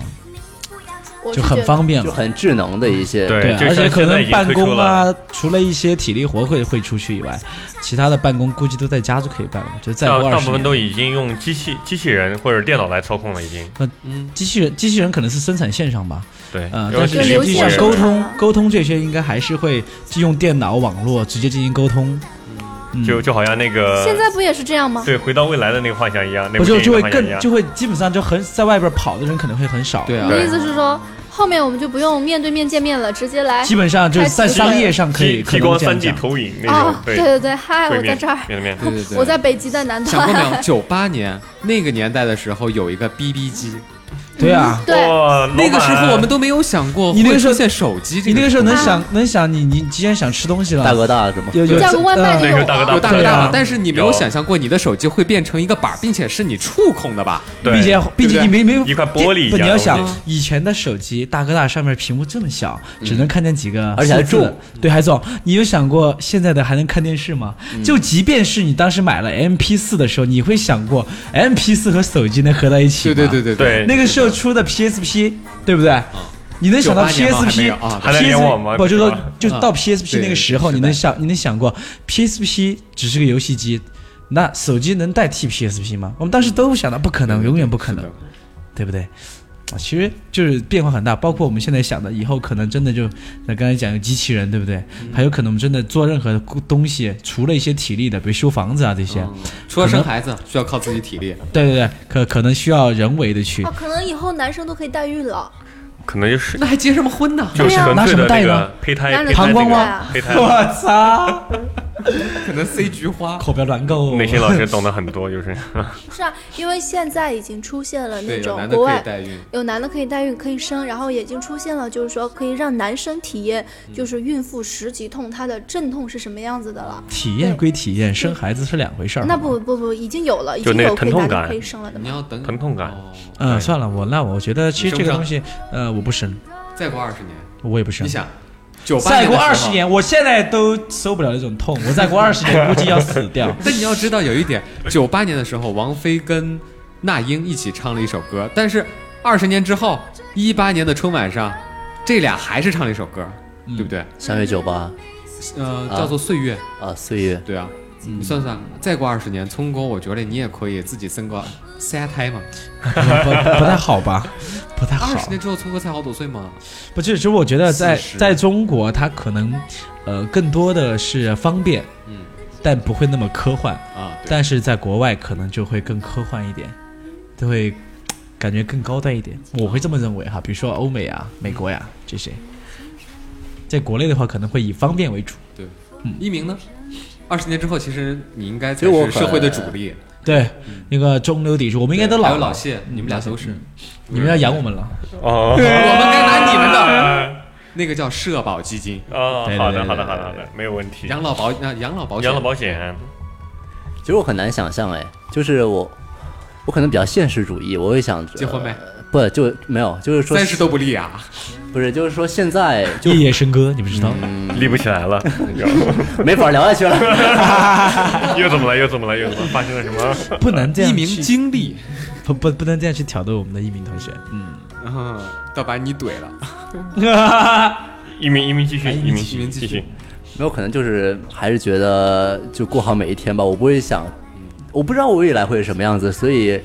Speaker 1: 我
Speaker 3: 就是很
Speaker 1: 觉得
Speaker 3: 方便
Speaker 5: 就
Speaker 3: 了。
Speaker 5: 很智能的一些，
Speaker 4: 对
Speaker 3: 对，啊
Speaker 4: 就
Speaker 3: 而且
Speaker 4: 像
Speaker 3: 可
Speaker 4: 现在已
Speaker 3: 能办
Speaker 4: 经推
Speaker 3: 公
Speaker 4: 出
Speaker 3: 啊
Speaker 4: 了，
Speaker 3: 除了一些体力活会会出去以外，其他的办公估计都在家就可以办了。就再
Speaker 4: 大
Speaker 3: 过
Speaker 4: 大
Speaker 3: 二
Speaker 4: 部
Speaker 3: 十
Speaker 4: 分都
Speaker 3: 年，
Speaker 4: 已经用机器机器人或者电脑来操控了，已经
Speaker 3: 机器人机器人可能是生产线上吧，
Speaker 4: 对
Speaker 3: 嗯，，
Speaker 4: 尤
Speaker 3: 但是
Speaker 4: 其
Speaker 1: 就是
Speaker 3: 实
Speaker 1: 流
Speaker 3: 际
Speaker 1: 线
Speaker 3: 上
Speaker 1: 型
Speaker 3: 沟
Speaker 1: 的
Speaker 3: 通沟通这些应该还是会用电脑网络直接进行沟通，嗯
Speaker 4: 就就好像那个
Speaker 1: 现在不也是这样吗？
Speaker 4: 对回到未来的那个幻想一样，那
Speaker 3: 不就
Speaker 4: 部电影
Speaker 3: 就会
Speaker 4: 的幻想一
Speaker 3: 更
Speaker 4: 样
Speaker 3: 就会基本上就很在外边跑的人可能会很少，
Speaker 2: 对啊
Speaker 1: 你，的意思是说，后面我们就不用面对面见面了，直接来
Speaker 3: 基本上就是在商业上可以
Speaker 4: 激
Speaker 3: 可
Speaker 4: 激
Speaker 3: 能
Speaker 4: 光
Speaker 3: 这样
Speaker 4: 三 D
Speaker 3: 讲。
Speaker 4: 投影那种
Speaker 1: 啊，，
Speaker 4: 对，
Speaker 1: 对对，嗨，
Speaker 4: 对
Speaker 1: 我在
Speaker 4: 面
Speaker 1: 这儿，
Speaker 4: 面对面，
Speaker 2: 对对 对，
Speaker 1: 我在北极的南
Speaker 2: 想过没 有？
Speaker 1: 端，
Speaker 2: 九八年那个年代的时候，有一个 BB 机，
Speaker 3: 对啊，
Speaker 1: 对，
Speaker 4: 哇，
Speaker 2: 那个时候我们
Speaker 4: 都
Speaker 2: 都没有想过
Speaker 3: 你那个
Speaker 2: 会
Speaker 3: 时候
Speaker 2: 出现手机这
Speaker 3: 你
Speaker 2: 个东西。
Speaker 3: 那个时候能想能想你你既然想吃东西了，
Speaker 5: 大哥大什么？
Speaker 3: 有有
Speaker 1: 叫个外卖
Speaker 3: 嗯
Speaker 1: 就
Speaker 4: 那
Speaker 1: 有
Speaker 4: 时候大哥
Speaker 1: 了。
Speaker 4: 大
Speaker 2: 有大哥
Speaker 3: 对
Speaker 2: 大
Speaker 3: 啊
Speaker 2: 吧，但是你没有
Speaker 4: 有
Speaker 2: 想象过你的手机会变成一个板儿，并且是你触控的吧？
Speaker 4: 对
Speaker 3: 并且并且你没没有
Speaker 4: 一块玻璃一
Speaker 3: 不，
Speaker 4: 样
Speaker 3: 你要想
Speaker 4: 的东
Speaker 3: 以前的手机大哥大上面屏幕这么小，只
Speaker 4: 嗯
Speaker 3: 能看见几个，
Speaker 5: 而且还重，
Speaker 3: 对，还重。你有想过现在的还能看电视吗？
Speaker 4: 嗯
Speaker 3: 就即便是你当时买了 MP 四的时候，你会想过 MP 四和手机能合在一起
Speaker 2: 对
Speaker 3: 吗？
Speaker 2: 对对对啊
Speaker 4: 对
Speaker 3: 那个时候出的 PSP，对不对？你能想到
Speaker 2: 98年吗还没
Speaker 3: PSP，
Speaker 2: 有啊
Speaker 4: 还在联网吗
Speaker 3: 不就说
Speaker 4: 啊
Speaker 3: 就到
Speaker 2: 啊
Speaker 3: PSP 那个时候，
Speaker 2: 对
Speaker 3: 你能想你能想过 PSP 只是个游戏机，那手机能代替 PSP 吗？我们当时都想到不可能，永远不可能，对不对？啊，其实就是变化很大，包括我们现在想的，以后可能真的就，那刚才讲有机器人，对不对？
Speaker 2: 嗯
Speaker 3: 还有可能我们真的做任何东西，除了一些体力的，比如修房子啊这些，
Speaker 2: 除了生孩子，需要靠自己体力。
Speaker 3: 对对对，可可能需要人为的 去
Speaker 1: 哦，，可能以后男生都可以代孕了，
Speaker 4: 可能就是
Speaker 2: 那还结什么婚呢？
Speaker 4: 就是纯
Speaker 1: 拿
Speaker 4: 粹的那个胚胎
Speaker 1: 什么戴呢啊
Speaker 4: 胚胎
Speaker 1: 膀
Speaker 4: 那
Speaker 1: 胱
Speaker 4: 个
Speaker 1: 吗
Speaker 4: 胚胎，
Speaker 3: 我操，
Speaker 2: 可能塞菊花。
Speaker 3: 口不要乱够。
Speaker 4: 那些老师懂得很多，就是
Speaker 1: 是啊，因为现在已经出现了 那
Speaker 2: 对，有
Speaker 1: 种
Speaker 2: 男的
Speaker 1: 国
Speaker 2: 可
Speaker 1: 外
Speaker 2: 以代孕。
Speaker 1: 有男的可以代孕可以生，然后已经出现了，就是说可以让男生体验
Speaker 4: 嗯
Speaker 1: 就是孕妇十级痛它的阵痛是什么样子的了。
Speaker 3: 体验归体验，生孩子是两回事儿。
Speaker 1: 那不不不，已经有了，已
Speaker 4: 就
Speaker 1: 经
Speaker 4: 那
Speaker 1: 有
Speaker 4: 个
Speaker 1: 可以
Speaker 4: 疼
Speaker 1: 男
Speaker 4: 痛
Speaker 1: 的
Speaker 4: 感嗯
Speaker 1: 可以生了的
Speaker 2: 你
Speaker 1: 嘛。
Speaker 2: 要等
Speaker 4: 疼痛感
Speaker 2: 哦
Speaker 3: 嗯，
Speaker 4: 对
Speaker 3: 算了，我那我觉得其实这个东西，呃，我不生，
Speaker 2: 再过二十年，
Speaker 3: 我也不生
Speaker 2: 你。想，九八。
Speaker 3: 啊再过二十，年，我现在都受不了那种痛，我再过二十年估计要死掉
Speaker 2: 但你要知道有一点，九八年的时候，王菲跟那英一起唱了一首歌，但是二十年之后，一八年的春晚上，这俩还是唱了一首歌，对不对？
Speaker 5: 相约酒吧
Speaker 2: 呃，
Speaker 5: 啊
Speaker 2: 叫做《岁月》。
Speaker 5: 啊，岁月
Speaker 2: 对啊，你算算，再过二十年，聪哥，我觉得你也可以自己生个三胎嘛。
Speaker 3: 不不太好吧？不太
Speaker 2: 二
Speaker 3: 好
Speaker 2: 十。年之后，聪哥才好多岁嘛。
Speaker 3: 不，就其实我觉得在
Speaker 2: 40
Speaker 3: 在中国，它可能呃更多的是方便，
Speaker 2: 嗯
Speaker 3: 但不会那么科幻。
Speaker 2: 啊，对，
Speaker 3: 但是在国外可能就会更科幻一点，就会嘖感觉更高端一点。我会这么认为哈，比如说欧美啊、美国呀、这些，在国内的话可能会以方便为主。
Speaker 2: 一鸣呢？二十年之后，其实你应该才
Speaker 5: 其实我
Speaker 2: 是社会的主力。
Speaker 3: 对，那个中流砥柱，我们应该都
Speaker 2: 还
Speaker 3: 老
Speaker 2: 有
Speaker 3: 了
Speaker 2: 老，谢，你们俩都是，
Speaker 3: 你们要养我们了。
Speaker 4: 哦，
Speaker 2: 我们该拿你们的， 那个叫社保基金、
Speaker 4: 哦，
Speaker 3: 对对
Speaker 4: 好的，
Speaker 3: 对
Speaker 4: 好的，
Speaker 3: 对
Speaker 4: 好的，好的，没有问题。
Speaker 2: 养老保、那养老保险、
Speaker 4: 养老保险，
Speaker 5: 其实我很难想象，哎，就是我，我可能比较现实主义，我会想着
Speaker 2: 结婚没？
Speaker 5: 不就没有，就是呃说
Speaker 2: 三十都不立啊！
Speaker 5: 不是，就是说现在就
Speaker 3: 夜夜笙歌，你们知道吗？
Speaker 4: 立不起来了，你知道吗
Speaker 5: 没法聊下去了。
Speaker 4: 又怎么了？又怎么了？又怎么了？发生了什么？
Speaker 3: 不能这
Speaker 2: 一
Speaker 3: 样
Speaker 2: 鸣
Speaker 3: 去，
Speaker 2: 惊历，
Speaker 3: 不不不能这样去挑逗我们的一鸣同学。
Speaker 2: 嗯，要把你怼了。
Speaker 4: 一鸣，一鸣继续，一鸣
Speaker 2: 一鸣继
Speaker 4: 继
Speaker 2: 续
Speaker 4: 续。
Speaker 5: 没有，可能就是还是觉得就过好每一天吧。我不会想，我不知道我未来会是什么样子，所以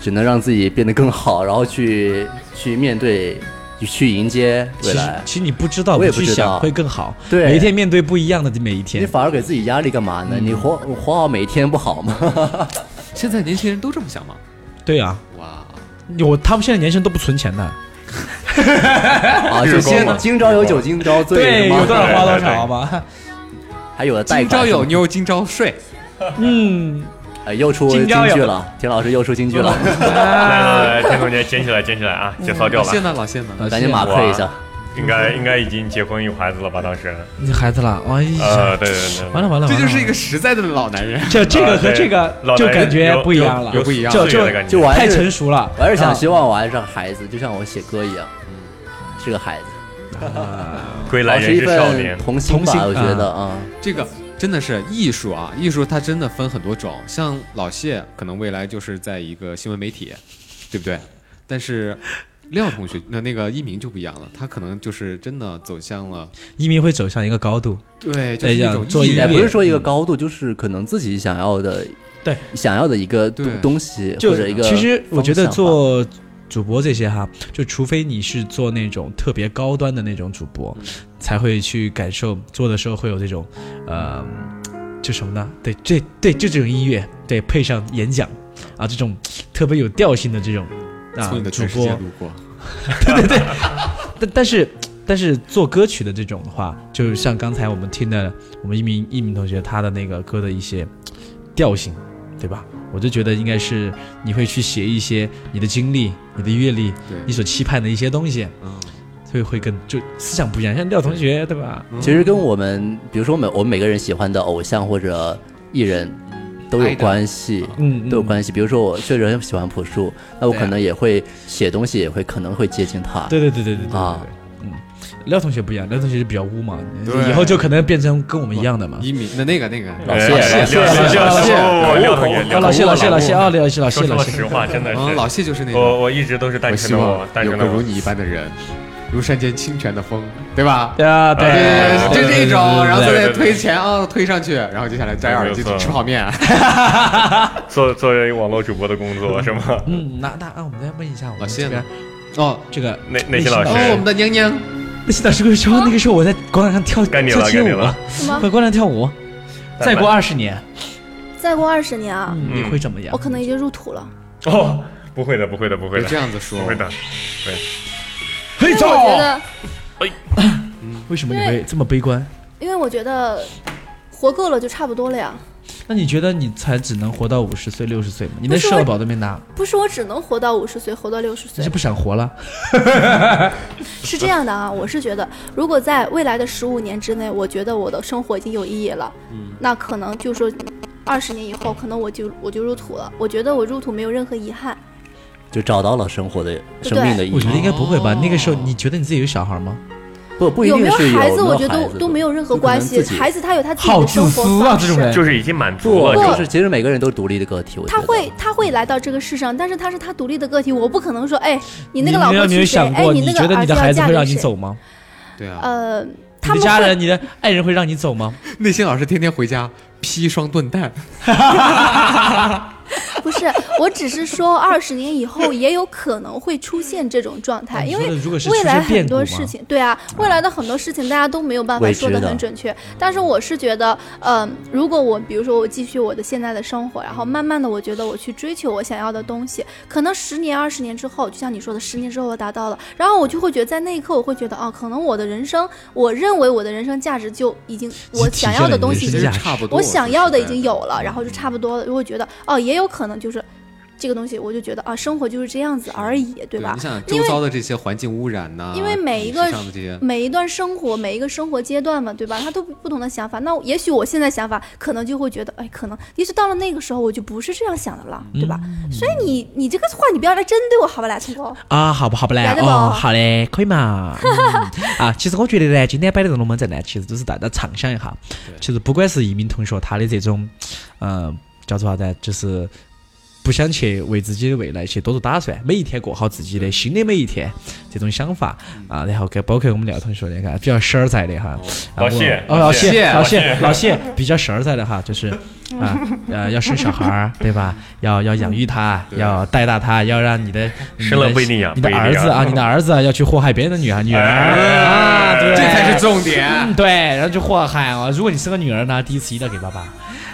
Speaker 5: 只能让自己变得更好，然后去去面对，去迎接
Speaker 3: 其
Speaker 5: 未
Speaker 3: 实
Speaker 5: 来。
Speaker 3: 其实你不知道，
Speaker 5: 我也不
Speaker 3: 去
Speaker 5: 知
Speaker 3: 想
Speaker 5: 道
Speaker 3: 会更好。
Speaker 5: 对
Speaker 3: 每一天面对不一样的每一
Speaker 5: 你
Speaker 3: 天。
Speaker 5: 反而给自己压力干嘛呢？你活活好每一天不好吗？
Speaker 2: 现在年轻人都这么想吗？
Speaker 3: 对啊，
Speaker 2: 哇，
Speaker 3: 我他们现在年轻人都不存钱的。
Speaker 5: 啊，
Speaker 4: 日
Speaker 5: 就
Speaker 4: 光嘛
Speaker 5: 今今朝有酒今朝醉，是吗
Speaker 3: 有多少花多
Speaker 4: 对对对
Speaker 3: 少吧。
Speaker 5: 还有的贷
Speaker 2: 今
Speaker 5: 款
Speaker 2: 朝
Speaker 5: 什么
Speaker 2: 有妞今朝睡，
Speaker 3: 嗯，
Speaker 5: 哎，又出
Speaker 3: 今
Speaker 5: 京
Speaker 3: 朝有
Speaker 5: 剧了，田老师又出京剧了，
Speaker 4: 来来来，田同学捡起来，捡起来啊！节操掉
Speaker 2: 老谢
Speaker 4: 了，
Speaker 2: 呢？嗯老谢呢？
Speaker 5: 赶紧马克一下。
Speaker 4: 应该应该已经结婚有孩子了吧？当时，
Speaker 3: 你孩子了，哎呀，
Speaker 4: 呃，对对对，
Speaker 3: 完了完了，
Speaker 2: 这就是
Speaker 3: 完了
Speaker 2: 一个实在的老男人。
Speaker 3: 这这个
Speaker 4: 啊
Speaker 3: 和
Speaker 4: 对
Speaker 3: 这个
Speaker 4: 老
Speaker 3: 就
Speaker 4: 男人
Speaker 3: 感觉
Speaker 4: 有
Speaker 3: 不一样
Speaker 4: 有
Speaker 3: 了
Speaker 4: 有，
Speaker 2: 不一样
Speaker 3: 就
Speaker 4: 岁月
Speaker 3: 就
Speaker 4: 的感觉
Speaker 5: 就我还
Speaker 3: 太
Speaker 5: 是
Speaker 3: 成熟了。
Speaker 5: 我还是想
Speaker 3: 啊
Speaker 5: 希望我还是个孩子，就像我写歌一样，是个孩子，
Speaker 4: 归来
Speaker 5: 保持
Speaker 4: 人
Speaker 5: 一
Speaker 4: 是少
Speaker 5: 份
Speaker 4: 年。
Speaker 5: 童心
Speaker 3: 童心
Speaker 5: 吧，我觉
Speaker 3: 啊
Speaker 5: 得啊，
Speaker 2: 这个真的是艺术啊！艺术它真的分很多种，像老谢可能未来就是在一个新闻媒体，对不对？但是廖同学那那个一鸣就不一样了，他可能就是真的走向了
Speaker 3: 移民会走向一个高度，
Speaker 2: 对，就是
Speaker 3: 对
Speaker 2: 一
Speaker 3: 哎呀
Speaker 2: 种
Speaker 3: 做
Speaker 2: 艺
Speaker 3: 音
Speaker 5: 也
Speaker 3: 乐嗯
Speaker 5: 哎不是说一个高度，就是可能自己想要的，
Speaker 3: 对，
Speaker 5: 想要的一个
Speaker 2: 对
Speaker 5: 东东西
Speaker 3: 就
Speaker 5: 或者一个。
Speaker 3: 其实我觉得，做主播这些哈，就除非你是做那种特别高端的那种主播，才会去感受做的时候会有这种，呃，就什么呢？对，这对就这种音乐，对，配上演讲啊，这种特别有调性的这种啊
Speaker 2: 从你的
Speaker 3: 主
Speaker 2: 全世界
Speaker 3: 播，
Speaker 2: 路过，
Speaker 3: 但但是但是做歌曲的这种的话，就像刚才我们听的我们一鸣一鸣同学他的那个歌的一些调性，对吧？我就觉得应该是你会去写一些你的经历、你的阅历、你
Speaker 2: 对，
Speaker 3: 所期盼的一些东西，
Speaker 2: 嗯，
Speaker 3: 所以会更就思想不一样。像廖同学，对吧？
Speaker 5: 其实跟我们，比如说我们我们每个人喜欢的偶像或者艺人都
Speaker 2: 爱
Speaker 5: 有
Speaker 2: 的
Speaker 5: 关系，
Speaker 3: 嗯，
Speaker 5: 都有
Speaker 3: 嗯
Speaker 5: 关系。比如说我确实很喜欢朴树，那我
Speaker 2: 对啊
Speaker 5: 可能也会写东西，也会可能会接近他。
Speaker 3: 对对对对对对对
Speaker 5: 啊
Speaker 3: 嗯，廖同学不一样，廖同学是比较污嘛，
Speaker 2: 对
Speaker 3: 以后就可能变成跟我们一样的嘛。
Speaker 2: 一鸣那那个那个
Speaker 5: 老谢
Speaker 4: 哎
Speaker 5: 谢谢
Speaker 4: 廖
Speaker 5: 谢
Speaker 4: 廖
Speaker 3: 谢
Speaker 4: 廖廖同学，
Speaker 3: 啊，
Speaker 4: 廖
Speaker 3: 老谢
Speaker 4: 同
Speaker 3: 老
Speaker 4: 学
Speaker 3: 谢老谢啊，廖谢老谢
Speaker 4: 说
Speaker 3: 老
Speaker 4: 说
Speaker 3: 谢
Speaker 4: 实，话，真的
Speaker 2: 嗯，老
Speaker 4: 是，
Speaker 2: 谢就是那种，
Speaker 4: 我我一直都是单
Speaker 2: 我
Speaker 4: 身
Speaker 2: 希
Speaker 4: 的
Speaker 2: 望
Speaker 4: 我，单
Speaker 2: 有
Speaker 4: 身
Speaker 2: 个
Speaker 4: 的
Speaker 2: 如
Speaker 4: 我。
Speaker 2: 你一般的人，如山间清泉的风，对吧？
Speaker 3: 对啊对
Speaker 4: 对
Speaker 3: 啊，
Speaker 2: 对，
Speaker 3: 对
Speaker 2: 就
Speaker 3: 对
Speaker 2: 这
Speaker 3: 对
Speaker 2: 种，
Speaker 3: 对
Speaker 2: 然后
Speaker 3: 对
Speaker 2: 再
Speaker 4: 对
Speaker 2: 再
Speaker 4: 对对
Speaker 2: 推前啊，推上去，然后接下来摘耳机
Speaker 4: 没有错
Speaker 2: 吃泡面，
Speaker 4: 做做为网络主播的工 作是吗？
Speaker 3: 嗯，那那啊，我们再问一下我
Speaker 2: 老
Speaker 3: 们
Speaker 2: 谢
Speaker 3: 这边
Speaker 2: 呢哦，
Speaker 3: 这个
Speaker 4: 内内心老
Speaker 2: 哦
Speaker 4: 师，
Speaker 2: 我们的娘娘，
Speaker 3: 那些老师跟我 说，那个时候我在广场上跳
Speaker 4: 该你
Speaker 3: 跳
Speaker 4: 了
Speaker 3: 街
Speaker 4: 该你
Speaker 3: 舞
Speaker 4: 了，
Speaker 1: 什么？
Speaker 3: 在广场跳舞，再过二十年，嗯
Speaker 1: 再过二十年啊，
Speaker 4: 嗯
Speaker 3: 你会怎么样
Speaker 1: 我？可能已经入土了。
Speaker 4: 哦，不会的，不会的，不会
Speaker 2: 别
Speaker 4: 的，
Speaker 2: 这样子说
Speaker 4: 不，会的，
Speaker 3: 嘿
Speaker 4: 嗯
Speaker 1: 因为我觉得，
Speaker 3: 为什么你会这么悲观？
Speaker 1: 因为我觉得活够了就差不多了呀。
Speaker 3: 那你觉得你才只能活到五十岁、六十岁吗？你连
Speaker 1: 不是
Speaker 3: 社
Speaker 1: 我
Speaker 3: 会保都没拿，
Speaker 1: 不是我只能活到五十岁，活到六十
Speaker 3: 你
Speaker 1: 岁
Speaker 3: 是不想活了？
Speaker 1: 是这样的啊。我是觉得，如果在未来的十五年之内，我觉得我的生活已经有意义了，
Speaker 3: 嗯
Speaker 1: 那可能就说二十年以后，可能我就我就入土了。我觉得我入土没有任何遗憾。
Speaker 5: 就找到了生活的生命的意
Speaker 3: 我觉得
Speaker 5: 义。
Speaker 3: 应该不会
Speaker 1: 哦
Speaker 3: 吧？那个时候你觉得你自己有小孩吗？
Speaker 5: 不不一
Speaker 1: 有没
Speaker 5: 定是
Speaker 1: 孩
Speaker 5: 子，
Speaker 1: 子，我觉得都没有任何关系
Speaker 5: 就可能自。己
Speaker 1: 孩子他有他自己
Speaker 3: 好
Speaker 1: 的
Speaker 3: 自
Speaker 1: 生活
Speaker 3: 私啊，
Speaker 1: 方
Speaker 3: 这
Speaker 1: 式
Speaker 3: 种。人。
Speaker 4: 就是已经满足
Speaker 5: 不，
Speaker 4: 了，
Speaker 1: 不
Speaker 5: 就是其实每个人都是独立的个体，我觉
Speaker 1: 他
Speaker 5: 得
Speaker 1: 会，他会来到这个世上，但是他是他独立的个体，我不可能说，哎，你那个
Speaker 3: 你
Speaker 1: 老
Speaker 3: 没有
Speaker 1: 婆
Speaker 3: 你
Speaker 1: 娶
Speaker 3: 有
Speaker 1: 谁？
Speaker 3: 想
Speaker 1: 哎，
Speaker 3: 过，你
Speaker 1: 那
Speaker 3: 觉
Speaker 1: 个
Speaker 3: 得
Speaker 1: 儿
Speaker 3: 你
Speaker 1: 子
Speaker 3: 的孩
Speaker 1: 要
Speaker 3: 子
Speaker 1: 嫁
Speaker 3: 会让
Speaker 1: 给
Speaker 3: 你
Speaker 1: 谁？
Speaker 3: 走吗？
Speaker 2: 对啊。
Speaker 1: 呃，
Speaker 3: 你
Speaker 1: 他
Speaker 3: 的
Speaker 1: 们
Speaker 3: 家
Speaker 1: 会
Speaker 3: 人、你的爱人会让你走吗？
Speaker 2: 内心老师天天回家煸双炖蛋，
Speaker 1: 不是，我只是说二十年以后也有可能会出现这种状态，
Speaker 3: 哦 你
Speaker 1: 哎因
Speaker 3: 说的
Speaker 1: 为
Speaker 3: 如果是
Speaker 1: 未
Speaker 3: 出
Speaker 1: 来
Speaker 3: 现变
Speaker 1: 很多
Speaker 3: 故
Speaker 1: 事
Speaker 3: 吗
Speaker 1: 情，对啊，未来的很多事情大家都没有办法
Speaker 5: 未
Speaker 1: 说
Speaker 5: 知
Speaker 1: 的
Speaker 5: 的
Speaker 1: 很准确。但是我是觉得，嗯、如果我比如说我继续我的现在的生活，然后慢慢的我觉得我去追求我想要的东西，可能十年、二十年之后，就像你说的，十年之后我达到了，然后我就会觉得在那一刻我会觉得，哦，可能我的人生，我认为我的人生价值就已经我
Speaker 3: 体
Speaker 1: 想
Speaker 3: 现
Speaker 1: 要
Speaker 3: 了
Speaker 1: 的
Speaker 3: 你
Speaker 1: 东
Speaker 3: 的
Speaker 1: 西已
Speaker 3: 身
Speaker 2: 其
Speaker 1: 经
Speaker 2: 实
Speaker 3: 价
Speaker 2: 差不多。
Speaker 1: 我想要的已经
Speaker 2: 有。
Speaker 1: 有了，然后就差不多了。如果觉得哦，也有可能就是这个东西，我就觉得啊，生活就是这样子而已，对吧
Speaker 2: 你？想想
Speaker 1: 因
Speaker 2: 周
Speaker 1: 为
Speaker 2: 遭的这些环境污染呐、
Speaker 1: 因为每
Speaker 2: 饮
Speaker 1: 一
Speaker 2: 食
Speaker 1: 个嗯
Speaker 2: 上的这些，
Speaker 1: 每一段生活，每一个生活阶段嘛，对吧？他都不不同的想法。那也许我现在想法，可能就会觉得，哎，可能也许到了那个时候，我就不是这样想的了，
Speaker 3: 嗯
Speaker 1: 对吧？所以你你这个话，你不要来针对我，好吧，来，聪哥。
Speaker 3: 啊，好不好不嘞？
Speaker 1: 来得不
Speaker 3: 哦，好嘞，可以嘛？嗯、啊，其实我觉得呢，今天摆的这种龙门阵呢，其实都是大家畅想一下。其实不管是一鸣同学他的这种，嗯、叫做啥子，就是不想去为自己的未来去多做打算，每一天过好自己的新的每一天这种想法啊，然后跟包括我们廖同学那个比较实儿在的哈，啊
Speaker 4: 老谢
Speaker 3: 我哦老谢
Speaker 2: 谢
Speaker 3: 老谢老谢比较实儿在的哈，就是啊呃要生小孩儿对吧？要要养育他，要带大他，要让你的你
Speaker 4: 嗯 生了
Speaker 3: 的
Speaker 4: 不一定养
Speaker 3: 你的
Speaker 4: 不一定
Speaker 3: 儿子
Speaker 4: 养哎
Speaker 3: 啊，你的儿子啊要去祸害别人的女儿女儿啊，对，
Speaker 2: 这才是重
Speaker 1: 嗯
Speaker 2: 点。
Speaker 3: 对，然后就祸害啊。如果你生个女儿呢，第一次一定要给爸爸。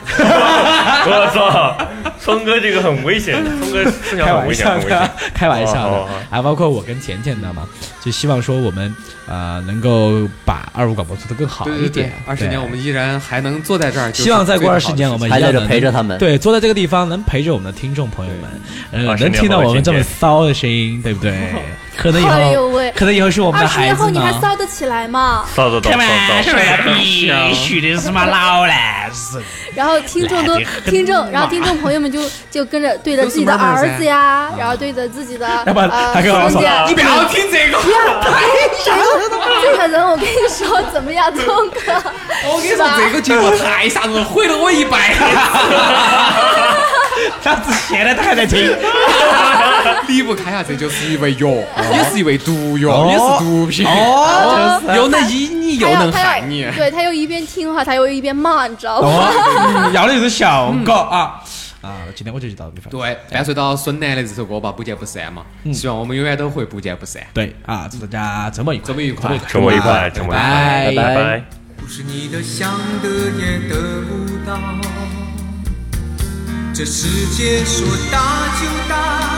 Speaker 4: 我操，聪哥这个很危 险，聪哥
Speaker 3: 开
Speaker 4: 思想很
Speaker 3: 玩
Speaker 4: 危险，
Speaker 3: 笑
Speaker 4: 很危险
Speaker 3: 的。，开玩笑
Speaker 4: 哦哦
Speaker 3: 的，还包括我跟甜甜，你知道吗？就希望说我们呃能够把二五广播做得更好
Speaker 2: 对
Speaker 3: 一
Speaker 2: 对对
Speaker 3: 点。，
Speaker 2: 二十
Speaker 3: 对
Speaker 2: 年我们依然还能坐在这儿，就是
Speaker 3: 希望再过
Speaker 2: 最
Speaker 3: 二
Speaker 2: 好
Speaker 3: 十年，我们
Speaker 5: 还
Speaker 3: 一样
Speaker 5: 在
Speaker 3: 的
Speaker 5: 这陪着他们。
Speaker 3: 对，坐在这个地方能陪着我们的听众朋友们，呃，
Speaker 4: 20
Speaker 3: 能
Speaker 4: 年
Speaker 3: 听到
Speaker 4: 后的
Speaker 3: 我们
Speaker 4: 今
Speaker 3: 这么
Speaker 4: 天
Speaker 3: 骚的声音，对不对？可能以
Speaker 1: 哎呦
Speaker 3: 后，
Speaker 1: 喂，
Speaker 3: 可能以后是我们
Speaker 1: 二
Speaker 3: 的
Speaker 1: 十
Speaker 3: 孩
Speaker 1: 年后
Speaker 3: 子
Speaker 1: 你还
Speaker 3: 呢。
Speaker 1: 骚得起来吗？
Speaker 4: 骚骚骚骚骚！
Speaker 3: 必须的是嘛，老男人。
Speaker 1: 然后听众都
Speaker 3: 懒得哎很
Speaker 1: 听众，然后听众朋友们就就跟着对着自己的
Speaker 2: 都是慢慢
Speaker 1: 儿
Speaker 2: 噻
Speaker 1: 子呀，然后对着自己的
Speaker 3: 要不然
Speaker 1: 呃
Speaker 3: 他跟我
Speaker 1: 兄
Speaker 3: 说
Speaker 1: 弟，
Speaker 2: 你不要听这个，
Speaker 1: 这个人，我跟你说怎么样，聪哥？
Speaker 2: 我跟你说这个节目太吓人了，毁了我一百
Speaker 3: 他之前呢，他还在听。
Speaker 2: 年。离不开啊，这就是一味药，也是一味毒药，也是毒品，
Speaker 3: 哦，
Speaker 2: 又能医你又
Speaker 1: 他要
Speaker 2: 能
Speaker 1: 他
Speaker 2: 害
Speaker 1: 要
Speaker 2: 你。
Speaker 1: 对他又一边听话，他又一边骂，你知道吗？
Speaker 3: 哦，嗯要的就是效果啊啊！今天我就到这个地方。
Speaker 2: 对，伴随到孙楠的这首歌吧，不见不散嘛。希望我们永远都会不见不散。
Speaker 3: 对啊，祝大家周末愉快，
Speaker 2: 周末愉快，
Speaker 4: 周末愉快，周末愉快，
Speaker 2: 拜
Speaker 4: 拜拜。
Speaker 6: 不是你的想得也得不到，这世界说大就大，